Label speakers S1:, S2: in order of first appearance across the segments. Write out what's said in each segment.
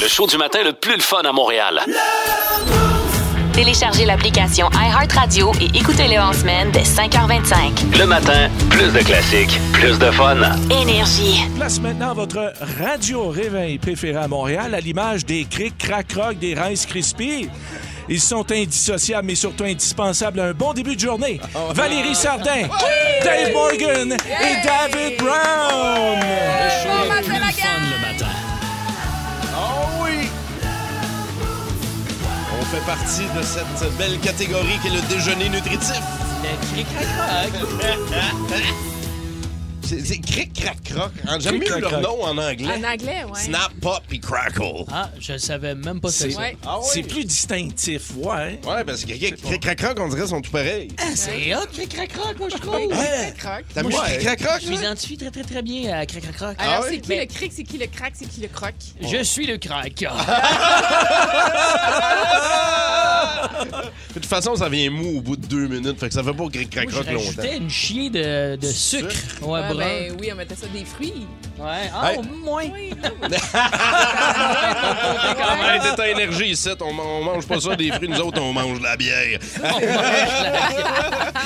S1: Le show du matin le plus le fun à Montréal.
S2: Téléchargez l'application iHeartRadio et écoutez-le en semaine dès 5h25.
S1: Le matin, plus de classiques, plus de fun.
S2: Énergie.
S3: Place maintenant votre radio réveil préférée à Montréal à l'image des crics crac rock des Rice Krispies. Ils sont indissociables, mais surtout indispensables à un bon début de journée. Valérie Sardin, Dave Morgan et David Brown.
S4: Oh oui! On fait partie de cette belle catégorie qui est le déjeuner nutritif. C'est c'est cric crac croc. Hein, J'aime mieux leur
S3: Cric-crac-croc.
S4: nom en anglais.
S5: En anglais, ouais.
S4: Snap, pop et crackle.
S6: Ah, je savais même pas
S3: C'est-
S6: ça.
S5: Ouais.
S4: Ah
S3: C'est plus distinctif, ouais.
S4: Ouais, parce que cric cric, crac croc, on dirait, sont tout pareils.
S6: C'est hot, cric crac croc, moi je trouve.
S4: Ouais.
S5: Croc.
S4: T'as mis cric crac croc?
S6: Je m'identifie très très très bien à cric crac croc.
S5: Ah Alors,
S4: Ah ouais?
S5: c'est qui le cric, c'est qui le crack, c'est qui le croc?
S6: Je suis le crack.
S4: Ah! De toute façon, ça vient mou au bout de deux minutes, fait que ça fait pas cric crac
S6: Moi, je
S4: croc longtemps.
S6: rajoutais une chier de, de sucre. Ouais,
S5: Ah,
S6: brun.
S5: ben oui, on mettait ça des fruits.
S6: Ouais. Ah,
S4: Hey.
S6: au moins.
S5: Oui.
S4: Hey, t'es à énergie ici, on, on mange pas ça des fruits, nous autres, on mange de la bière.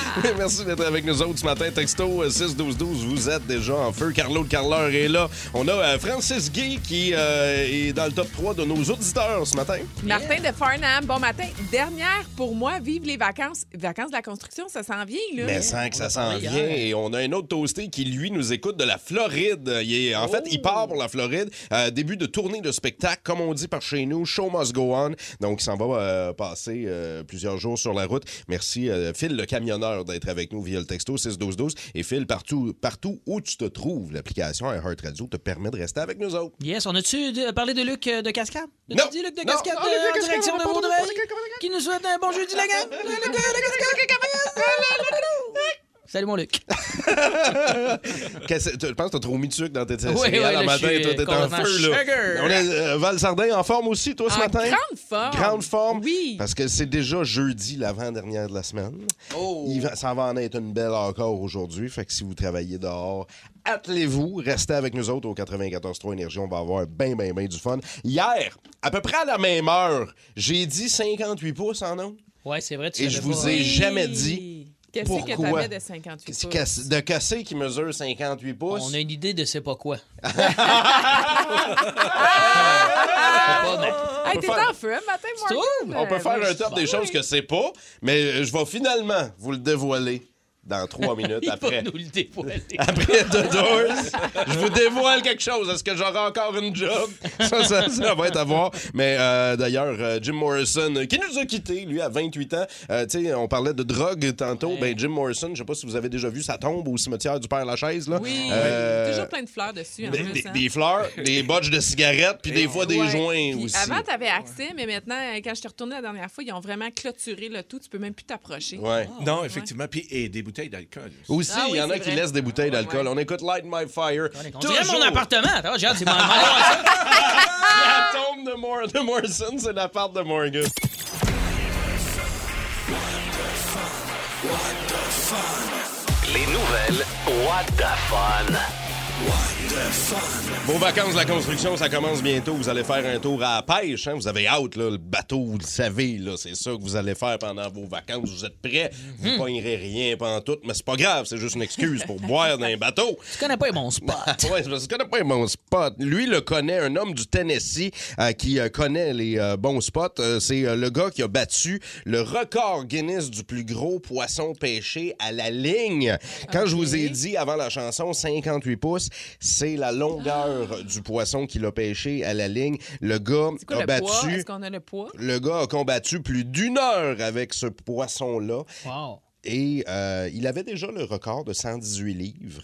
S4: Merci d'être avec nous autres ce matin. Texto euh, 6-12-12, vous êtes déjà en feu. Carlo de Carleur est là. On a euh, Francis Guy qui euh, est dans le top 3 de nos auditeurs ce matin.
S5: Martin de Farnham, bon matin. Dernière pour moi, vive les vacances. Vacances de la construction, ça s'en vient, là.
S4: Mais sans que ça s'en vient.
S6: hein.
S4: Et on a un autre toasté qui, lui, nous écoute de la Floride. Il est, en fait, il part pour la Floride. Euh, début de tournée de spectacle, comme on dit par chez nous, Show Must Go On. Donc, il s'en va euh, passer euh, plusieurs jours sur la route. Merci, euh, Phil, le camionneur, d'être avec nous via le texto 61212. Et Phil, partout, partout où tu te trouves, l'application Heart Radio te permet de rester avec nous autres.
S6: Yes, on a-tu de- parlé de Luc euh, de Cascade? On
S4: Non.
S6: a-tu dit Luc de
S4: Non.
S6: Cascade
S4: Ah,
S6: euh,
S4: Luc
S6: en
S4: de Cascade,
S6: direction
S4: on
S6: de
S4: parle de
S6: Vaudreuil?
S4: Luc de Cascade.
S6: Qui nous souhaite un bon jeudi, la gang? Luc de Cascade. Salut, mon Luc.
S4: Qu'est-ce que- tu penses que t'as trop mis de sucre dans tes
S6: Ouais,
S4: céréales
S6: ouais, là,
S4: le matin,
S6: je suis,
S4: toi, t'es en
S6: complètement
S4: feu, là.
S6: sugar.
S4: On est, euh, Val Sardin en forme aussi, toi, ce
S5: En
S4: matin?
S5: grande forme.
S4: Grande forme.
S5: Oui.
S4: Parce que c'est déjà jeudi, l'avant-dernière de la semaine.
S6: Oh.
S4: Il va- ça va en être une belle encore aujourd'hui. Fait que si vous travaillez dehors, attelez-vous. Restez avec nous autres au 94.3 Énergie. On va avoir bien, bien, bien du fun. Hier, à peu près à la même heure, j'ai dit 58 pouces en ondes.
S6: Ouais, c'est vrai, tu
S4: Et
S6: savais
S4: je vous
S6: pas. euh,
S4: ai
S5: Oui.
S4: jamais dit
S5: Qu'est-ce que
S4: pourquoi.
S5: t'avais de 58 pouces?
S4: Qu'est-ce- De casser qui mesure 58 pouces. Ah,
S6: On a une idée de c'est pas quoi. Je sais pas, mais-
S5: Ah! Hey, t'es en feu, un matin, moi.
S6: trouves?
S4: On peut faire un top des
S5: Ben
S6: Ben
S5: Oui.
S4: choses que c'est pas, mais euh, je vais finalement vous le dévoiler dans trois minutes après.
S6: Il va nous le dévoiler.
S4: Après The Doors, je vous dévoile quelque chose. Est-ce que j'aurai encore une job? Ça, ça, ça va être à voir. Mais euh, d'ailleurs, euh, Jim Morrison, euh, qui nous a quittés, lui, à 28 ans. euh, tu sais, on parlait de drogue tantôt. Ben, Jim Morrison, je sais pas si vous avez déjà vu sa tombe au cimetière du Père-Lachaise. là.
S5: Oui,
S4: Euh,
S5: toujours plein de fleurs dessus, en
S4: des,
S5: plus,
S4: des-
S5: hein.
S4: des fleurs, des botches de cigarettes, puis des fois des
S5: Ouais.
S4: joints
S5: Puis
S4: aussi.
S5: Avant, t'avais accès, mais maintenant, euh, quand je suis retournée la dernière fois, ils ont vraiment clôturé le tout. Tu peux même plus t'approcher.
S4: Ouais.
S3: Non, effectivement. Puis, et des bouteilles d'alcool.
S4: Aussi,
S5: Ah
S4: il
S5: oui,
S4: y en a
S5: c'est
S4: qui
S5: vrai.
S4: laissent des bouteilles d'alcool.
S5: Ouais.
S4: On écoute Light My Fire.
S6: On dirait mon
S4: Toujours.
S6: appartement. Attends, regarde, c'est mon appartement.
S4: La tombe de, Mor- de Morrison, c'est l'appart de Morgan.
S1: Les nouvelles What the Fun.
S4: Vos vacances de la construction, ça commence bientôt. Vous allez faire un tour à la pêche. hein. Vous avez hâte, là, le bateau, vous le savez. là, C'est ça que vous allez faire pendant vos vacances. Vous êtes prêts. Vous pognerez rien pendant tout, mais c'est pas grave. C'est juste une excuse pour boire dans un bateau.
S6: Tu connais pas mon spot.
S4: Ouais, c'est parce que je connais pas les bons spots. Lui, le connaît, un homme du Tennessee euh, qui euh, connaît les euh, bons spots. Euh, c'est euh, le gars qui a battu le record Guinness du plus gros poisson pêché à la ligne. Quand je vous ai dit avant la chanson 58 pouces, c'est la longueur du poisson qu'il a pêché à la ligne. Le gars
S5: C'est quoi
S4: a
S5: le
S4: Ah, battu.
S5: poids? Est-ce qu'on a le poids?
S4: le gars a combattu plus d'une heure avec ce poisson-là
S6: Wow.
S4: et euh, il avait déjà le record de 118 livres.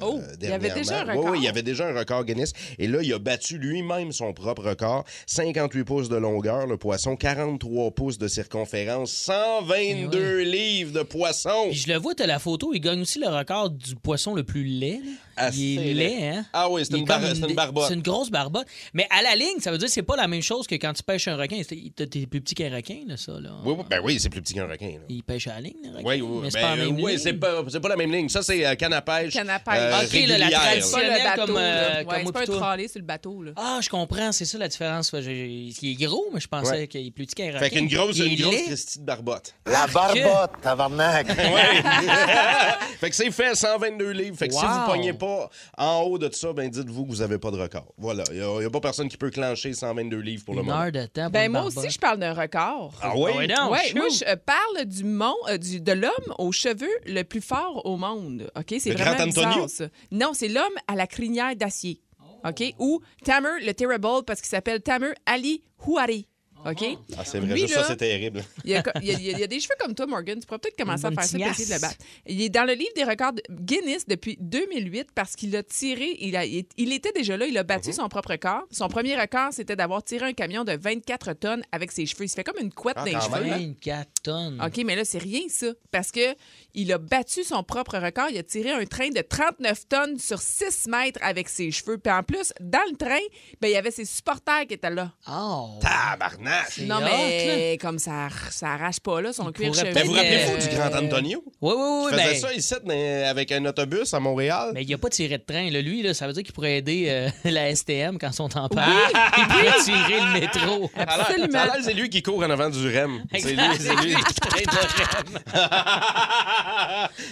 S5: Oh, il y
S4: Euh,
S5: avait
S4: dernièrement.
S5: déjà un
S4: Oui,
S5: record.
S4: oui, il y avait déjà un record Guinness. Et là, il a battu lui-même son propre record. 58 pouces de longueur, le poisson, 43 pouces de circonférence,
S6: Eh
S4: 122 livres de poisson.
S6: Puis je le vois, t'as la photo. Il gagne aussi le record du poisson le plus laid. là.
S4: assez
S6: il est laid, hein?
S4: Ah oui, c'est
S6: Il est
S4: une, bar-
S6: comme
S4: c'est une barbotte.
S6: C'est une grosse barbotte. Mais à la ligne, ça veut dire que c'est pas la même chose que quand tu pêches un requin. C'est- T'es t'es plus petit qu'un requin, là, ça. Là.
S4: Oui, oui, ben oui, c'est plus petit qu'un requin. là.
S6: Ah. Il pêche à la ligne, le requin.
S4: Oui, oui,
S6: mais c'est
S4: ben,
S6: pas la
S4: euh,
S6: même
S4: oui,
S6: ligne.
S4: c'est pas, c'est pas la même ligne. Ça, c'est euh, canne à pêche.
S5: Canne à pêche.
S4: euh,
S6: Ok, là, la
S4: régulière.
S5: C'est
S6: tradition.
S5: pas le
S6: Traditionnel
S5: bateau,
S6: comme, euh,
S5: là.
S6: comme
S5: Ouais,
S6: moi
S5: c'est pas un
S6: pis toi.
S5: trolley sur le bateau, là.
S6: Ah, je comprends, c'est ça la différence. Fait que j'ai- j'ai- Il est gros, mais je pensais
S4: Ouais.
S6: qu'il est plus petit qu'un requin.
S4: Fait qu'une grosse,
S6: Il
S4: une
S6: est
S4: grosse
S6: laid. Ah,
S4: Christie de barbotte.
S7: La barbotte, tabarnak!
S4: fait que c'est fait, 122 livres. Fait que si
S6: Wow.
S4: vous pognez pas en haut de ça, ben dites-vous que vous avez pas de record. Voilà, il n'y a, pas personne qui peut clencher 122 livres pour le
S6: Une
S4: moment.
S6: heure de temps. pour
S5: Ben,
S6: une
S5: moi aussi,
S6: barbotte.
S5: je parle d'un record.
S4: Ah oui?
S6: Ah ouais, non,
S5: Ouais,
S6: shoot.
S5: moi, je euh, parle du mont, euh, du, de l'homme aux cheveux le plus fort au monde. OK? C'est
S4: Le
S5: vraiment
S4: grand
S5: bizarre,
S4: Antonio?
S5: ça. Non, c'est l'homme à la crinière d'acier. OK? Ou Tamer le Terrible parce qu'il s'appelle Tamer Ali Houari. OK?
S4: Ah, c'est vrai,
S5: Lui,
S4: juste
S5: là-
S4: ça, c'est terrible.
S5: Il y, a, il, y a, il y a des cheveux comme toi, Morgan. Tu pourrais peut-être commencer à
S6: Une
S5: faire ça
S6: bonne
S5: pour essayer de le
S6: tignasse.
S5: battre. Il est dans le livre des records de Guinness depuis 2008 parce qu'il a tiré. Il, a- il- il était déjà là. Il a
S4: Uh-huh.
S5: battu son propre record. Son premier record, c'était d'avoir tiré un camion de 24 tonnes avec ses cheveux. Il se fait comme une couette
S4: Ah,
S5: dans les
S4: quand
S5: cheveux.
S4: même.
S5: là.
S6: 24 tonnes.
S5: OK, mais là, c'est rien, ça. Parce que il a battu son propre record. Il a tiré un train de 39 tonnes sur 6 mètres avec ses cheveux. Puis en plus, dans le train, ben, il y avait ses supporters qui étaient là.
S6: Oh.
S4: Tabarnak!
S6: C'est
S5: Non,
S6: hot, là.
S5: mais comme ça, ça arrache pas, là, son cuir
S6: pourrait
S4: Ben,
S5: chevelu.
S6: peut-être,
S4: vous rappelez-vous du Grand Antonio?
S6: euh, Oui, oui, oui.
S4: Il faisait
S6: ben-
S4: ça ici dans- avec un autobus à Montréal.
S6: Mais il n'y a pas tiré de train. Là. Lui, là, ça veut dire qu'il pourrait aider euh, la STM quand ils sont en panne.
S4: Ah,
S6: Il pourrait tirer le métro.
S4: Ça a l'air-
S5: Absolument.
S4: ça a l'air, c'est lui qui court en avant du REM. C'est lui, c'est lui.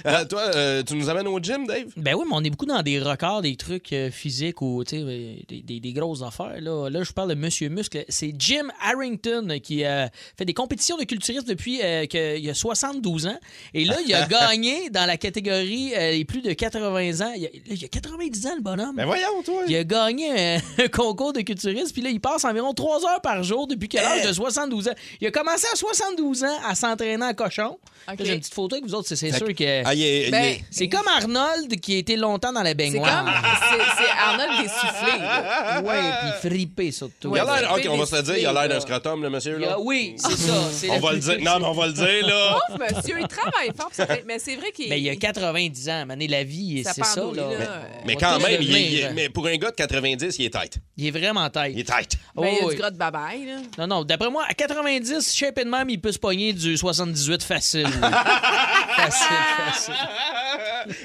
S4: Euh, toi, euh, tu nous amènes au gym, Dave?
S6: Ben oui, mais on est beaucoup dans des records, des trucs euh, physiques ou tu sais, euh, des, des- des grosses affaires. Là. là, je vous parle de Monsieur Muscle. C'est Jim Harrington qui euh, fait des compétitions de culturisme depuis euh, que- il y a 72 ans. Et là, il a gagné dans la catégorie euh, les plus de 80 ans. Il y a, là, il y a 90 ans, le bonhomme.
S4: Ben voyons, toi.
S6: Il a gagné un, un concours de culturisme, puis là, il passe environ 3 heures par jour depuis qu'il a l'âge de 72 ans. Il a commencé à 72 ans à s'entraîner en cochon. Là,
S5: OK.
S6: J'ai une petite photo avec vous autres, c'est- c'est sûr que.
S4: Ah, il est- il
S5: Ben,
S4: est-
S6: C'est comme Arnold qui a été longtemps dans la
S5: c'est comme.
S6: baignoire.
S4: Ah,
S5: C'est c'est Arnold d'essoufflé. là.
S6: Ouais, puis frippé surtout.
S4: Euh, il a
S5: Ouais,
S4: l'air, OK, on va se le dire, il a l'air d'un
S6: là.
S4: scrotum, le monsieur.
S6: Il
S4: Là.
S6: a- Oui, c'est ça. c'est
S4: On
S6: la
S4: va le
S6: plus-
S4: dire. Non, mais on va le dire, là.
S5: Pauvre monsieur, il travaille fort. puis ça fait- Mais c'est vrai qu'il.
S6: Mais Ben, il a 90 ans, mané, la vie,
S5: Ça
S6: c'est
S5: part
S6: ça.
S5: en
S6: Là.
S5: couille, là.
S4: Mais
S6: On
S4: quand
S6: va tous
S4: même, il, est-
S6: devenir,
S4: il est-
S6: euh,
S4: mais pour un gars de 90, il est tight.
S6: il est vraiment taille.
S4: Il est tight.
S5: Ben, il y a
S6: Oh,
S5: du gras de babaille, là.
S6: Non, non, d'après moi, à 90, shape and mom, il peut se pogner du 78 facile. facile, facile.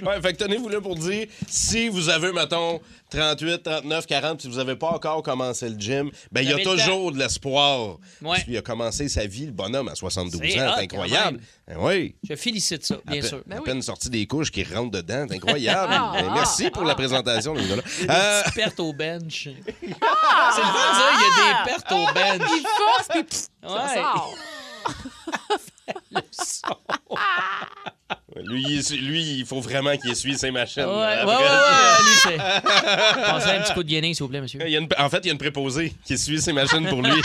S4: Ouais, fait que tenez-vous là pour dire, si vous avez, mettons, 38, 39, 40, si vous n'avez pas encore commencé le gym, ben il y a
S6: avez le
S4: toujours de l'espoir.
S6: Ouais.
S4: Puis il a commencé sa vie, le bonhomme, à 72 ans.
S6: C'est
S4: C'est
S6: hot,
S4: incroyable. Ben oui.
S6: Je félicite ça, bien
S4: Pe-
S6: sûr.
S4: à
S5: oui.
S4: peine sorti des couches qui rentrent dedans. C'est incroyable.
S5: Ah,
S4: Ben,
S5: ah,
S4: merci pour la présentation, les gars-là. Euh,
S6: Petite perte au bench. C'est le fun, ça, il y a des pertes au bench.
S5: Il force, puis pfff, ça
S6: Ouais.
S5: sort.
S4: lui, il est- lui, il faut vraiment qu'il essuie ses machines. hein,
S6: Ouais, ouais,
S4: Après-
S6: ouais, ouais, lui, c'est. Passez un petit coup de guénin, s'il vous plaît, monsieur.
S4: Il y a une- en fait, il y a une préposée qui essuie ses machines pour lui.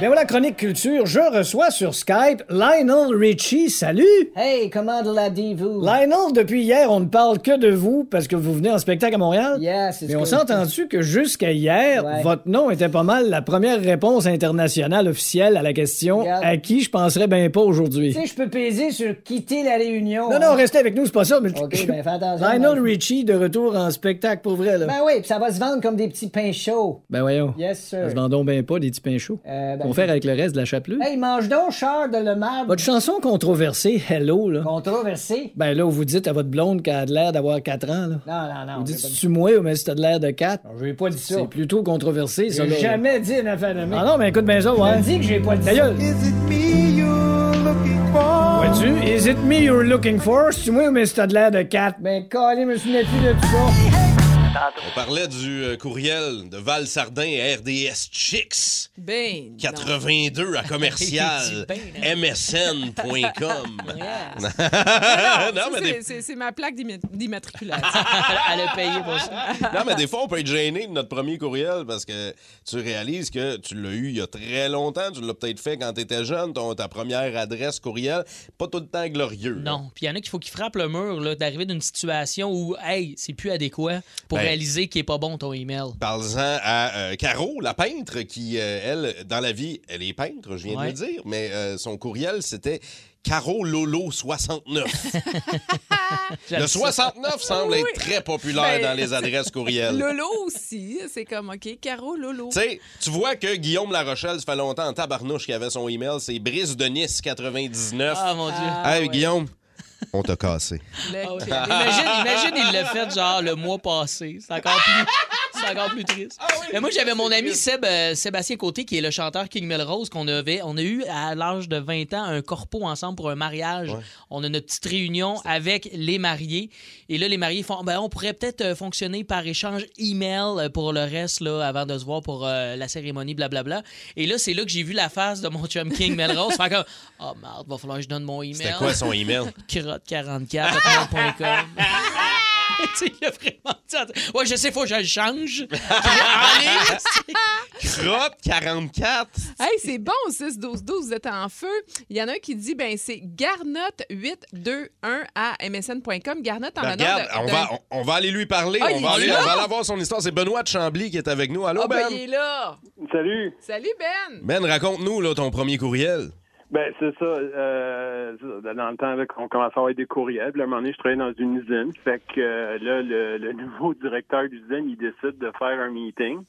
S8: Ben voilà, Chronique Culture, je reçois sur Skype Lionel Richie. Salut!
S9: Hey, comment la dit-vous?
S8: Lionel, depuis hier, on ne parle que de vous parce que vous venez en spectacle à Montréal.
S9: Yeah, c'est
S8: Mais
S9: ce
S8: on
S9: que-
S8: s'est entendu que jusqu'à hier,
S9: Ouais.
S8: votre nom était pas mal la première réponse internationale officielle à la question
S9: Regarde.
S8: à qui je penserais ben pas aujourd'hui.
S9: Tu sais, je peux peser sur quitter la réunion.
S8: Non,
S9: hein.
S8: non, restez avec nous, c'est pas ça. Mais...
S9: Ok, ben, fais attention.
S8: Lionel Richie de retour en spectacle pour vrai, là.
S9: Ben oui, puis ça va se vendre comme des petits pains chauds.
S8: Ben voyons.
S9: Yes, sir.
S8: Ça se vendons ben pas des petits pains chauds.
S9: Euh, ben, Ah.
S8: Qu'on faire avec le reste de la chapelure.
S9: Hey, mange donc, char de le marbre.
S8: Votre chanson controversée, Hello, là.
S9: Controversé.
S8: Ben là, où vous dites à votre blonde qu'elle a de l'air d'avoir 4 ans, là.
S9: Non, non, non.
S8: Vous
S9: j'ai
S8: dites,
S9: pas dit-
S8: tu moi ou mais si t'as de l'air de 4?
S9: J'ai pas dit ça.
S8: C'est plutôt controversé, ça, là.
S9: J'ai jamais dit une affaire de
S8: Ah non, mais écoute bien ça,
S9: On
S8: ouais.
S9: dit que j'ai pas dit
S8: Ta
S9: ça.
S8: gueule. Vois-tu? Is it me you're looking for? C'est moi ou mais si t'as de l'air de 4?
S9: Ben, calé, je me souviens plus de tout ça.
S4: On parlait du euh, courriel de Val Sardin et RDS Chicks.
S5: Ben. non.
S4: 82 à commercial
S6: hein.
S4: msn.com.
S5: Ah,
S4: non,
S5: ça,
S4: mais
S5: c'est-
S4: des,
S5: c'est- C'est ma plaque d'immi- d'immatriculation.
S6: Elle a payé pour ça.
S4: non, mais des fois, on peut être gêné de notre premier courriel parce que tu réalises que tu l'as eu il y a très longtemps. Tu l'as peut-être fait quand tu étais jeune, ton, ta première adresse courriel. Pas tout le temps glorieux. là.
S6: Non. Puis il y en a qu'il faut qu'ils frappent le mur, là, d'arriver d'une situation où, hey, c'est plus adéquat pour
S4: Ben.
S6: réaliser qu'il est pas bon ton email.
S4: Parlons à euh, Caro, la peintre, qui, euh, elle, dans la vie, elle est peintre, je viens
S6: Ouais.
S4: de le dire, mais euh, son courriel, c'était Caro Lolo 69.
S6: J'aime
S4: Le 69 semble
S5: Oui.
S4: être très populaire
S5: Ben,
S4: dans les adresses courriel.
S5: Lolo aussi, c'est comme, OK, Caro, Lolo.
S4: Tu sais, tu vois que Guillaume La Rochelle, ça fait longtemps en tabarnouche qu'il avait son email, c'est brisedenis99.
S6: Ah, mon Dieu.
S4: hey, Guillaume, on t'a cassé.
S5: Le-
S6: Ah ouais. Imagine, imagine, il l'a fait genre le mois passé. C'est encore plus. C'est encore plus triste. Mais moi, j'avais mon ami Seb, euh, Sébastien Côté, qui est le chanteur King Melrose, qu'on avait, on a eu à l'âge de 20 ans un corpo ensemble pour un mariage. On a notre petite réunion avec les mariés. Et là, les mariés font, ben, on pourrait peut-être euh, fonctionner par échange email euh, pour le reste, là, avant de se voir pour euh, la cérémonie, blablabla. Et là, c'est là que j'ai vu la face de mon chum King Melrose. Fait comme, oh merde, va falloir que je donne mon email
S4: C'était quoi son email?
S6: carotte44.com. Tu sais, il a vraiment dit, attends, Ouais, je sais, faut que je le change. en ligne.
S4: Crotte 44.
S5: Hey, c'est bon, 6-12-12, vous êtes en feu. Il y en a un qui dit, ben c'est garnotte821 à msn.com. Garnotte en
S4: Ben,
S5: l'honneur
S4: regarde,
S5: de-
S4: on
S5: d'un-
S4: va, on, on va aller lui parler.
S5: Ah,
S4: on,
S5: il
S4: va
S5: est
S4: aller,
S5: là?
S4: on va aller voir son histoire. C'est Benoît de Chambly qui est avec nous. Allô,
S5: Ah, ben,
S4: Ben?
S5: il est là.
S10: Salut.
S5: Salut, Ben.
S4: Ben, raconte-nous là, ton premier courriel.
S10: Ben, c'est ça. euh, c'est ça, dans le temps, là, on commençait à avoir des courriels. Puis, à un moment donné, je travaillais dans une usine. Fait que euh, là, le, le nouveau directeur d'usine, il décide de faire un meeting.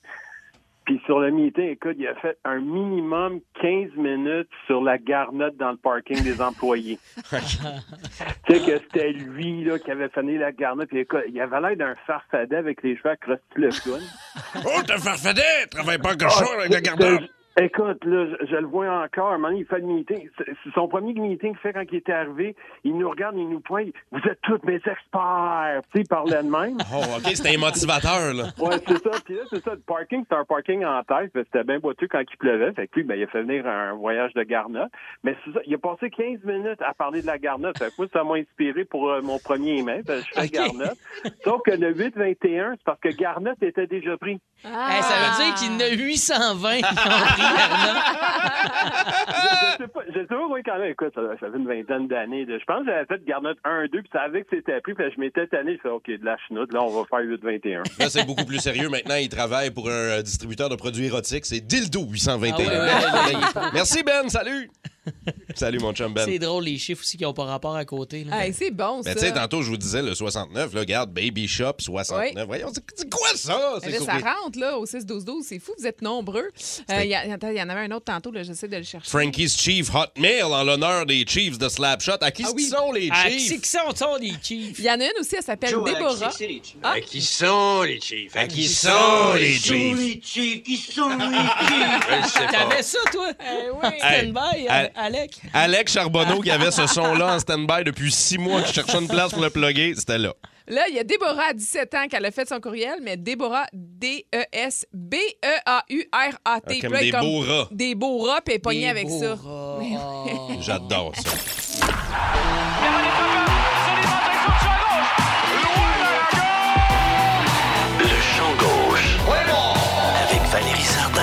S10: Puis sur le meeting, écoute, il a fait un minimum 15 minutes sur la garnotte dans le parking des employés. tu sais que c'était lui là, qui avait fané la garnotte. Puis écoute, il avait l'air d'un farfadet avec les cheveux à crosse le clown.
S4: Oh, t'as farfadet! Travaille pas encore
S10: Ah, c'est-
S4: Oh,
S10: c'est- Écoute, là, je, je le vois encore. un moment donné, il fait le meeting. C'est- c'est Son premier meeting fait quand il était arrivé, il nous regarde, il nous pointe. Vous êtes tous mes experts. Tu sais, il parlait de même.
S4: Oh, OK, c'était un motivateur, là.
S10: Ouais, c'est ça. Puis là, c'est ça. Le parking, c'était un parking en terre. Fait que C'était bien boiteux quand il pleuvait. Fait que lui, ben, il a fait venir un voyage de garnotte. Mais c'est ça. Il a passé 15 minutes à parler de la garnotte. Fait que moi, ça m'a inspiré pour euh, mon premier email. Fait que je fais garnotte. Sauf que le 8-21, c'est parce que garnotte était déjà pris.
S6: Hey, ça veut dire qu'il y en a 820 qui ont pris Arnaud.
S10: je sais pas, je sais pas, oui, quand même, écoute, ça, ça fait une vingtaine d'années. là. Je pense que j'avais fait Garnotte 1, 2, puis ça savais que c'était pris, puis je m'étais tanné, je fais OK, de la chenoute, là, on va faire 8, 21.
S4: Là, c'est beaucoup plus sérieux. Maintenant, il travaille pour un euh, distributeur de produits érotiques. C'est Dildo 821.
S6: Ah ouais, ouais,
S4: Merci, Ben. Salut. Salut, mon chum Ben.
S6: C'est drôle, les chiffres aussi qui n'ont pas rapport à côté. là.
S5: Hey, c'est bon,
S4: Ben, tu
S5: ça.
S4: sais, tantôt, je vous disais, le 69, là, regarde, Baby Shop 69. Voyons, c'est c'est quoi ça? C'est
S5: Mais Ben, là, ça
S4: surpris.
S5: rentre là, au 6-12-12. C'est fou, vous êtes nombreux. Euh, Il y, a- attends, il y en avait un autre tantôt, là, j'essaie de le chercher.
S4: Frankie's Chief Hotmail en l'honneur des Chiefs de Slapshot. À qui
S5: oui.
S4: sont les
S6: Ah, qui
S4: Chiefs?
S6: c'est qui sont, sont les Chiefs?
S5: Il y en a une aussi, elle s'appelle Déborah. Ah.
S1: À qui sont les Chiefs? À qui
S4: sont les Chiefs?
S6: T'avais ça, toi?
S4: Hey,
S6: Stand-by,
S4: hey.
S6: euh, Alec?
S4: Alex Charbonneau qui avait ce son-là en stand-by depuis six mois, qui cherchait une place pour le plugger, c'était là.
S5: Là, il y a Déborah à 17 ans qu'elle a fait son courriel, mais Déborah, E D-E-S-B-E-A-U-R-A-T.
S4: Ah, comme
S5: Là, elle est
S4: des beaux rats.
S5: Des beaux rats, puis elle est pognée
S6: Des
S5: avec
S6: beaux
S5: ça.
S6: rats.
S5: Mais oui.
S4: J'adore ça.
S1: Le champ gauche. Avec Valérie Sardin.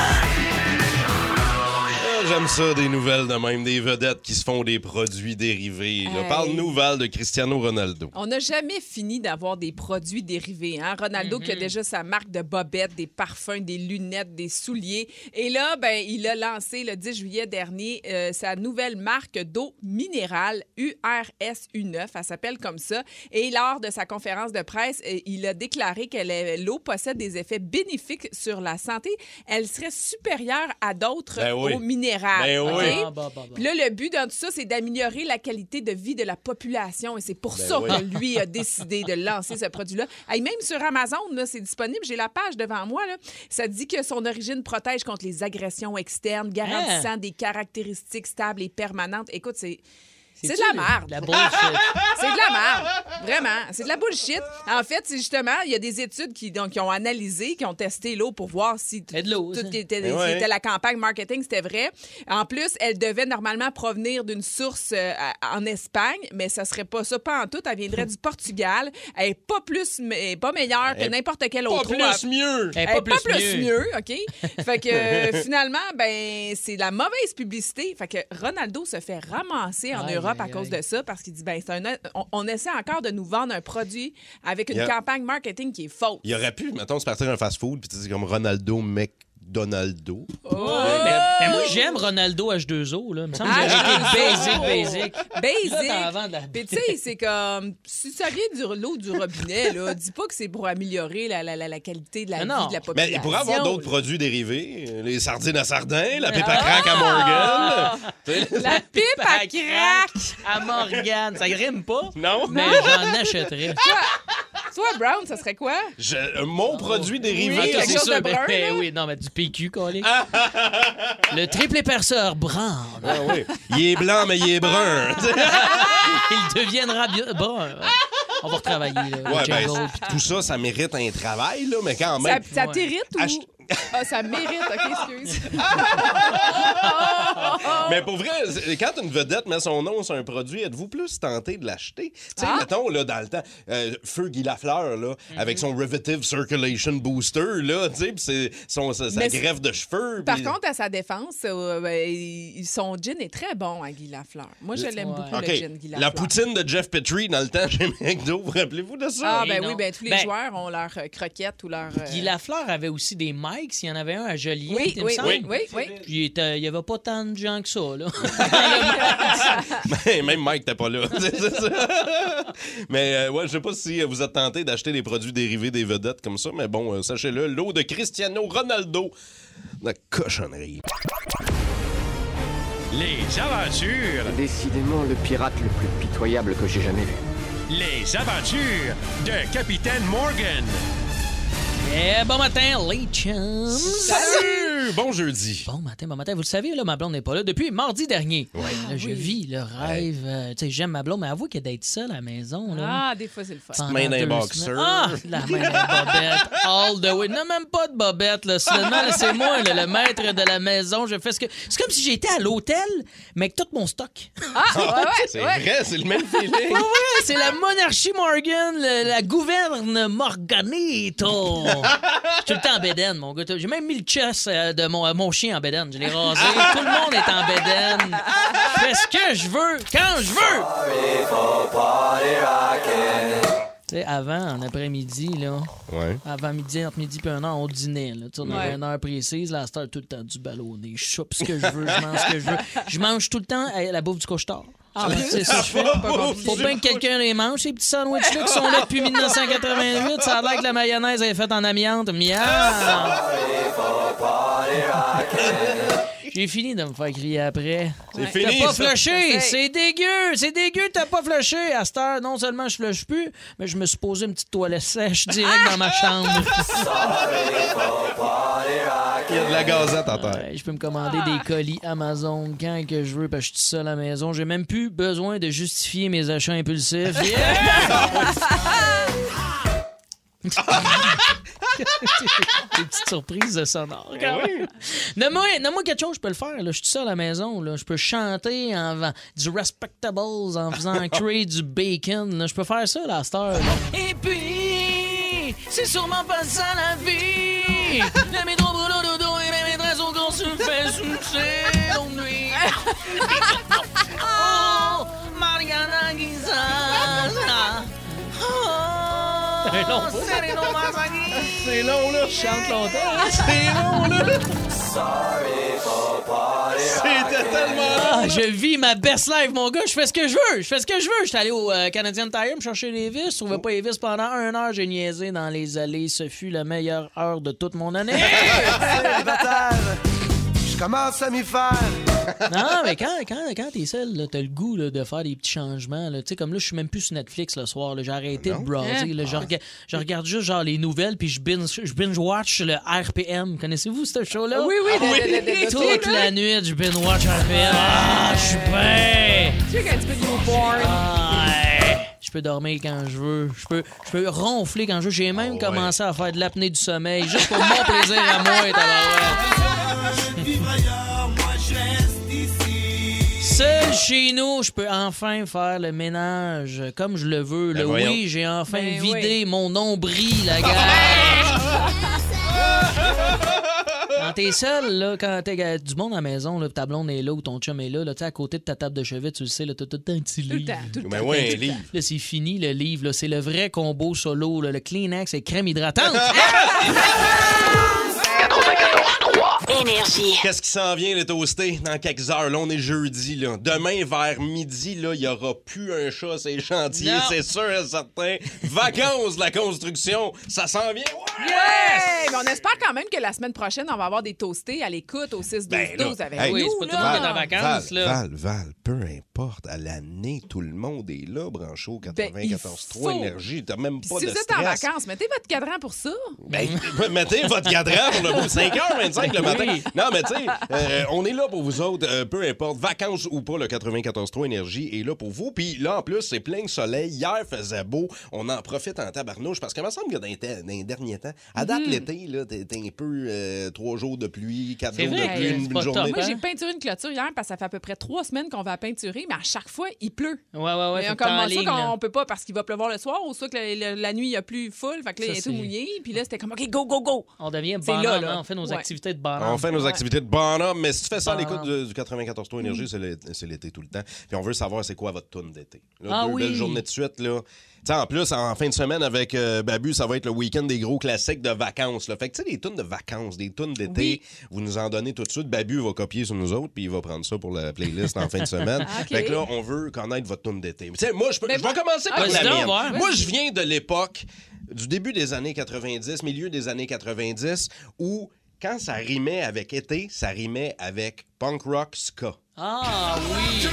S4: Ah, J'aime ça, des nouvelles de même, des vedettes qui se font des produits dérivés. là.
S5: Hey.
S4: Parle-nous, Val, de Cristiano Ronaldo.
S5: On n'a jamais fini d'avoir des produits dérivés. Hein? Ronaldo
S4: Mm-hmm.
S5: qui a déjà sa marque de bobettes, des parfums, des lunettes, des souliers. Et là, ben, il a lancé le 10 juillet dernier euh, sa nouvelle marque d'eau minérale URSU9. Elle s'appelle comme ça. Et lors de sa conférence de presse, euh, il a déclaré que le- l'eau possède des effets bénéfiques sur la santé. Elle serait supérieure à d'autres
S4: Ben oui.
S5: eaux minérales.
S4: Ben
S5: OK?
S4: oui.
S6: Ah, bah, bah, bah.
S5: Puis là, le but dans tout ça, c'est d'améliorer la qualité de vie de la population. Et c'est pour ça
S4: oui.
S5: que lui a décidé de lancer ce produit-là. Hey, même sur Amazon, là, c'est disponible. J'ai la page devant moi. là. Ça dit que son origine protège contre les agressions externes,
S6: Ah.
S5: garantissant des caractéristiques stables et permanentes. Écoute, c'est. C'est de
S6: C'est-tu
S5: la merde.
S6: de La bullshit.
S5: C'est de la merde. Vraiment. C'est de la bullshit. En fait, c'est justement, il y a des études qui, donc, qui ont analysé, qui ont testé l'eau pour voir si t-
S6: Mais de l'eau,
S5: tout
S6: ça.
S5: était,
S4: Mais Eh ouais.
S5: c'était la campagne marketing, c'était vrai. En plus, elle devait normalement provenir d'une source euh, à- en Espagne, mais ça serait pas ça. Pas en tout. Elle viendrait du Portugal. Elle est pas plus, mais- pas meilleure que
S4: Elle est
S5: n'importe quelle
S4: Pas
S5: autre eau.
S4: plus mieux!
S6: Eh,
S5: Elle est pas plus mieux, OK? Fait que euh, finalement, ben c'est la mauvaise publicité. Fait que Ronaldo se fait ramasser en
S6: Aïe,
S5: Europe à
S6: aïe,
S5: cause
S6: aïe.
S5: de ça parce qu'il dit, ben c'est un- on, on essaie encore de nous vendre un produit avec une
S4: Yeah.
S5: campagne marketing qui est fausse.
S4: Il aurait pu, mettons, se partir un fast-food, puis tu dis comme Ronaldo mec Donaldo.
S6: Oh, Mais, mais ben, moi, j'aime Ronaldo H2O. Là. Il me semble que
S5: Oh! Ah,
S6: j'ai
S5: H2O.
S6: été basic, basic. Là, t'as avant de la-
S5: Basic. Puis tu sais, c'est comme si ça vient du l'eau du robinet, là, dis pas que c'est pour améliorer la, la, la, la qualité de
S6: Mais
S5: la vie
S6: non.
S5: de la
S4: Mais
S5: Ah, population. Ah!
S4: il pourrait avoir d'autres produits dérivés. euh, Les sardines à sardin, la pipe à crack à Morgan. Tu sais,
S5: La pipe à crack.
S6: À Morgane. Ça rime pas,
S4: Non.
S6: mais j'en achèterais.
S5: Toi, Brown, ça serait quoi?
S4: Je- euh, mon produit dérivé.
S5: Oui,
S6: Ah,
S5: quelque
S6: c'est
S5: chose
S6: sûr,
S5: de
S6: ben-
S5: brun,
S6: ben
S5: là.
S6: oui, non, mais du PQ, collé. le triple épaisseur brun.
S4: Ah oui. Il est blanc, mais il est brun. Tu sais.
S6: Il deviendra bien- brun. On va retravailler. Là, le
S4: Ouais, ben,
S6: Ah! jingle.
S4: tout ça, ça mérite un travail, là, mais quand
S5: Ça,
S4: Ah, même.
S5: ça t'irrite ou...
S4: Ach-
S5: Ah, ça mérite, OK, excuse.
S4: Mais pour vrai, c'est- quand une vedette met son nom sur un produit, êtes-vous plus tenté de l'acheter? Tu sais,
S5: Ah.
S4: mettons, là, dans le temps, euh, Feu Guy Lafleur, là,
S5: Mhm.
S4: avec son Revitive Circulation Booster, là, tu sais, puis c'est son- sa, sa
S5: Mais c'est-
S4: greffe de cheveux.
S5: Par
S4: puis-
S5: contre, à sa défense, euh, ben, il- son gin est très bon à Guy Lafleur. Moi, je l'aime
S6: Ouais.
S5: beaucoup,
S4: OK.
S5: le gin Guy Lafleur.
S4: La poutine de Jeff Petrie dans le temps chez McDo, vous rappelez-vous de ça?
S5: Ah, ben
S6: Et
S5: oui,
S6: non.
S5: ben tous les
S6: Ben-
S5: joueurs ont leur euh, croquette ou leur... euh,
S6: Guy Lafleur avait aussi des mics. Il y en avait un à Joliette,
S5: Oui,
S6: il me
S5: oui,
S6: semble.
S5: oui, oui, oui.
S6: Puis il était- il n'y avait pas tant de gens que ça, là.
S4: Mais même Mike, t'es pas là. C'est- c'est ça. mais euh, ouais, je sais pas si euh, vous êtes tenté d'acheter des produits dérivés des vedettes comme ça, mais bon, euh, sachez-le, l'eau de Cristiano Ronaldo, la cochonnerie.
S1: Les aventures,
S7: Décidément le pirate le plus pitoyable que j'ai jamais vu.
S1: les aventures de Capitaine Morgan.
S6: Eh, bon matin, les chums!
S4: Salut! Bon jeudi.
S6: Bon matin, bon matin. Vous le savez, là, ma blonde n'est pas là depuis mardi dernier. Là,
S5: Ah
S6: je vis le rêve. euh, tu sais, j'aime ma blonde, mais avouez que d'être seule à la maison, là...
S5: Ah, des fois, c'est le fun.
S6: pendant
S4: Main d'un
S6: deux
S4: boxeur.
S6: semaines- Ah! La main d'un bobette. All the way. Non, même pas de bobette, là. Seulement, là, c'est moi, là, le maître de la maison. Je fais ce que... C'est comme si j'étais à l'hôtel, mais avec tout mon stock.
S5: Ah, ouais,
S4: C'est
S5: ouais,
S4: vrai, c'est le même feeling.
S6: Ah ouais, c'est la monarchie Morgan, le- la gouverne Morganito. Je suis tout le temps en bédaine, mon gars. J'ai même mis le chess euh, de mon, euh, mon chien en bédaine. Je l'ai rasé. tout le monde est en bédaine. Je fais ce que je veux, quand je veux. Ah, Tu sais, avant, en après-midi, là,
S4: Ouais.
S6: avant midi, entre midi et un an, on dînait. Là, Tu sais, on avait
S5: Ouais.
S6: une heure précise. Là, à cette heure, tout le temps du ballonné. Je chope ce que je veux, je mange ce que je veux. Je mange tout le temps euh, la bouffe du couche-tard. Ah, c'est ça que je fais. Faut bien que quelqu'un les mange, ces petits sandwichs-là qui sont là depuis 1988. Ça a l'air que la mayonnaise est faite en amiante. Miam!
S4: Ah,
S6: J'ai fini de me faire crier après.
S4: C'est
S6: T'as
S4: fini,
S6: pas
S4: ça.
S6: flushé! C'est dégueu! C'est dégueu, t'as pas flushé! À cette heure, non seulement je flush plus, mais je me suis posé une petite toilette sèche direct dans ma chambre.
S4: Il y a de la gazette à terre.
S6: Ouais, je peux me commander des colis Amazon quand que je veux parce que je suis tout seul à la maison. J'ai même plus besoin de justifier mes achats impulsifs. Yeah! des petites surprises de sonore. quand même. Nomme-moi nomme-moi quelque chose, je peux le faire. là. Je suis tout seul à la maison. là. Je peux chanter en vend- du Respectables, en faisant créer du bacon. là. Je peux faire ça là, à cette heure. là. Et puis, c'est sûrement pas ça la vie. Le métro boulot dodo et mes maîtresses sont qu'on se fait sucer aux nuits. Oh, Mariana Guisana. Oh, Sereno Mamani.
S4: C'est long, là.
S6: Je chante longtemps.
S4: C'est long, là. C'était tellement long.
S6: Ah, je vis ma best life, mon gars. Je fais ce que je veux. Je fais ce que je veux. Je suis allé au euh, Canadian Tire me chercher les vis. Je trouvais pas les vis pendant un heure. J'ai niaisé dans les allées. Ce fut la meilleure heure de toute mon année.
S7: Je commence à m'y faire.
S6: non, mais quand, quand, quand t'es seul, là, t'as le goût là, de faire des petits changements. là. Tu sais, comme là, je suis même plus sur Netflix le soir. là. J'ai arrêté de browser. là. Je, rega- je regarde juste genre les nouvelles puis je binge, je binge watch le RPM. Connaissez-vous ce show-là? Ah
S5: Oui, oui, de- de- de- de- de-
S6: Toute
S5: de-
S6: la nuit, je binge watch RPM. Ah, je suis bien. Ah.
S5: Tu sais, un petit peu de newborn.
S6: Ouais. Je peux dormir quand je veux. Je peux, je peux ronfler quand je veux. J'ai même commencé à faire de l'apnée du sommeil juste pour mon plaisir à moi. tabarouette. Seul chez nous, je peux enfin faire le ménage comme je le veux.
S4: Ben
S6: Le
S4: voyons.
S6: oui, j'ai enfin
S5: Ben
S6: vidé
S5: oui.
S6: mon nombril, la gare. Quand t'es seul, là, quand t'es euh, du monde à la maison, là, pis ta blonde est là ou ton chum est là, là tu sais, à côté de ta table de chevet, tu le sais, là, t'as tout le temps un petit
S5: Tout le
S6: livre.
S5: temps, tout le
S4: Mais
S5: temps.
S4: ouais, Ben un livre.
S6: Là, c'est fini le livre. là.
S5: Ah,
S6: Ah, C'est le vrai combo solo. là. Le Kleenex et crème hydratante.
S4: 94.3.
S2: Énergie.
S4: Qu'est-ce qui s'en vient, les toastés, dans quelques heures? Là, on est jeudi. Là. Demain, vers midi, là, il n'y aura plus un chat, c'est chantier,
S6: Non.
S4: c'est sûr et certain. Vacances, de la construction, ça s'en vient. Ouais!
S5: Yes! Mais on espère quand même que la semaine prochaine, on va avoir des toastés à l'écoute au 6 12 12 avec
S4: Ben hey,
S5: nous.
S6: Oui, Ben c'est pas tout le
S5: là.
S6: monde qui est en vacances.
S4: Val,
S6: là.
S4: Val, Val, peu importe, à l'année, tout le monde est là, brancho,
S5: Ben, il
S4: 94.3
S5: faut.
S4: énergie, t'as même
S5: Puis
S4: pas
S5: si
S4: de
S5: vous êtes en
S4: stress.
S5: vacances, mettez votre cadran pour ça.
S4: Ben, mettez votre cadran pour le beau 5h25
S5: Ben
S4: le matin.
S6: Oui.
S4: Non, mais tu sais, euh, on est là pour vous autres, euh, peu importe, vacances ou pas, le 94.3 Énergie est là pour vous. Puis là, en plus, c'est plein de soleil. Hier faisait beau. On en profite en tabarnouche parce qu'il me semble que dans les, te- dans les derniers temps, à date
S5: Hmm.
S4: l'été, là, t'es t'es un peu euh, trois jours de pluie, quatre
S6: C'est
S4: jours
S6: vrai
S4: de
S6: que
S4: pluie,
S6: c'est
S4: une, une
S6: pas top,
S4: journée.
S5: Moi,
S6: hein?
S5: j'ai peinturé une clôture hier parce que ça fait à peu près trois semaines qu'on va la peinturer, mais à chaque fois, il pleut.
S6: Ouais, Ah ouais, ouais.
S5: Mais
S6: faut que t'en
S5: comme ça
S6: ligne,
S5: qu'on
S6: là.
S5: peut pas parce qu'il va pleuvoir le soir ou soit que la, la- la nuit il y a plus full, fait que
S6: Ça,
S5: là il est tout
S6: c'est-
S5: mouillé, puis là c'était comme OK, go go go.
S6: On devient
S5: C'est là,
S6: bonhomme.
S5: là.
S6: hein, On fait nos
S5: Ouais.
S6: activités de bonhomme.
S4: On fait nos activités de bonhomme, mais si tu fais ça à l'écoute
S6: Bonhomme.
S4: du, du 94.3 Énergie, c'est le- c'est l'été tout le temps. Puis on veut savoir c'est quoi votre tune d'été. Là,
S6: Ah
S4: deux
S6: oui.
S4: belles journées de suite. Là. Tu sais, en plus, en fin de semaine avec euh, Babu, ça va être le week-end des gros classiques de vacances. Là. Fait que tu sais, des tunes de vacances, des tunes d'été,
S5: Oui.
S4: vous nous en donnez tout de suite. Babu va copier sur nous autres, puis il va prendre ça pour la playlist en fin de semaine.
S5: Ah, Ok.
S4: Fait que là, on veut connaître votre tune d'été. Mais Tu sais, moi, je peux-
S5: Mais
S4: je vais
S5: moi-
S4: commencer par
S5: Ah,
S4: la
S6: vas-y donc,
S4: mienne.
S6: ouais.
S4: Moi, je viens de l'époque du début des années 90, milieu des années 90, où quand ça rimait avec été, ça rimait avec punk rock ska.
S6: Ah oui.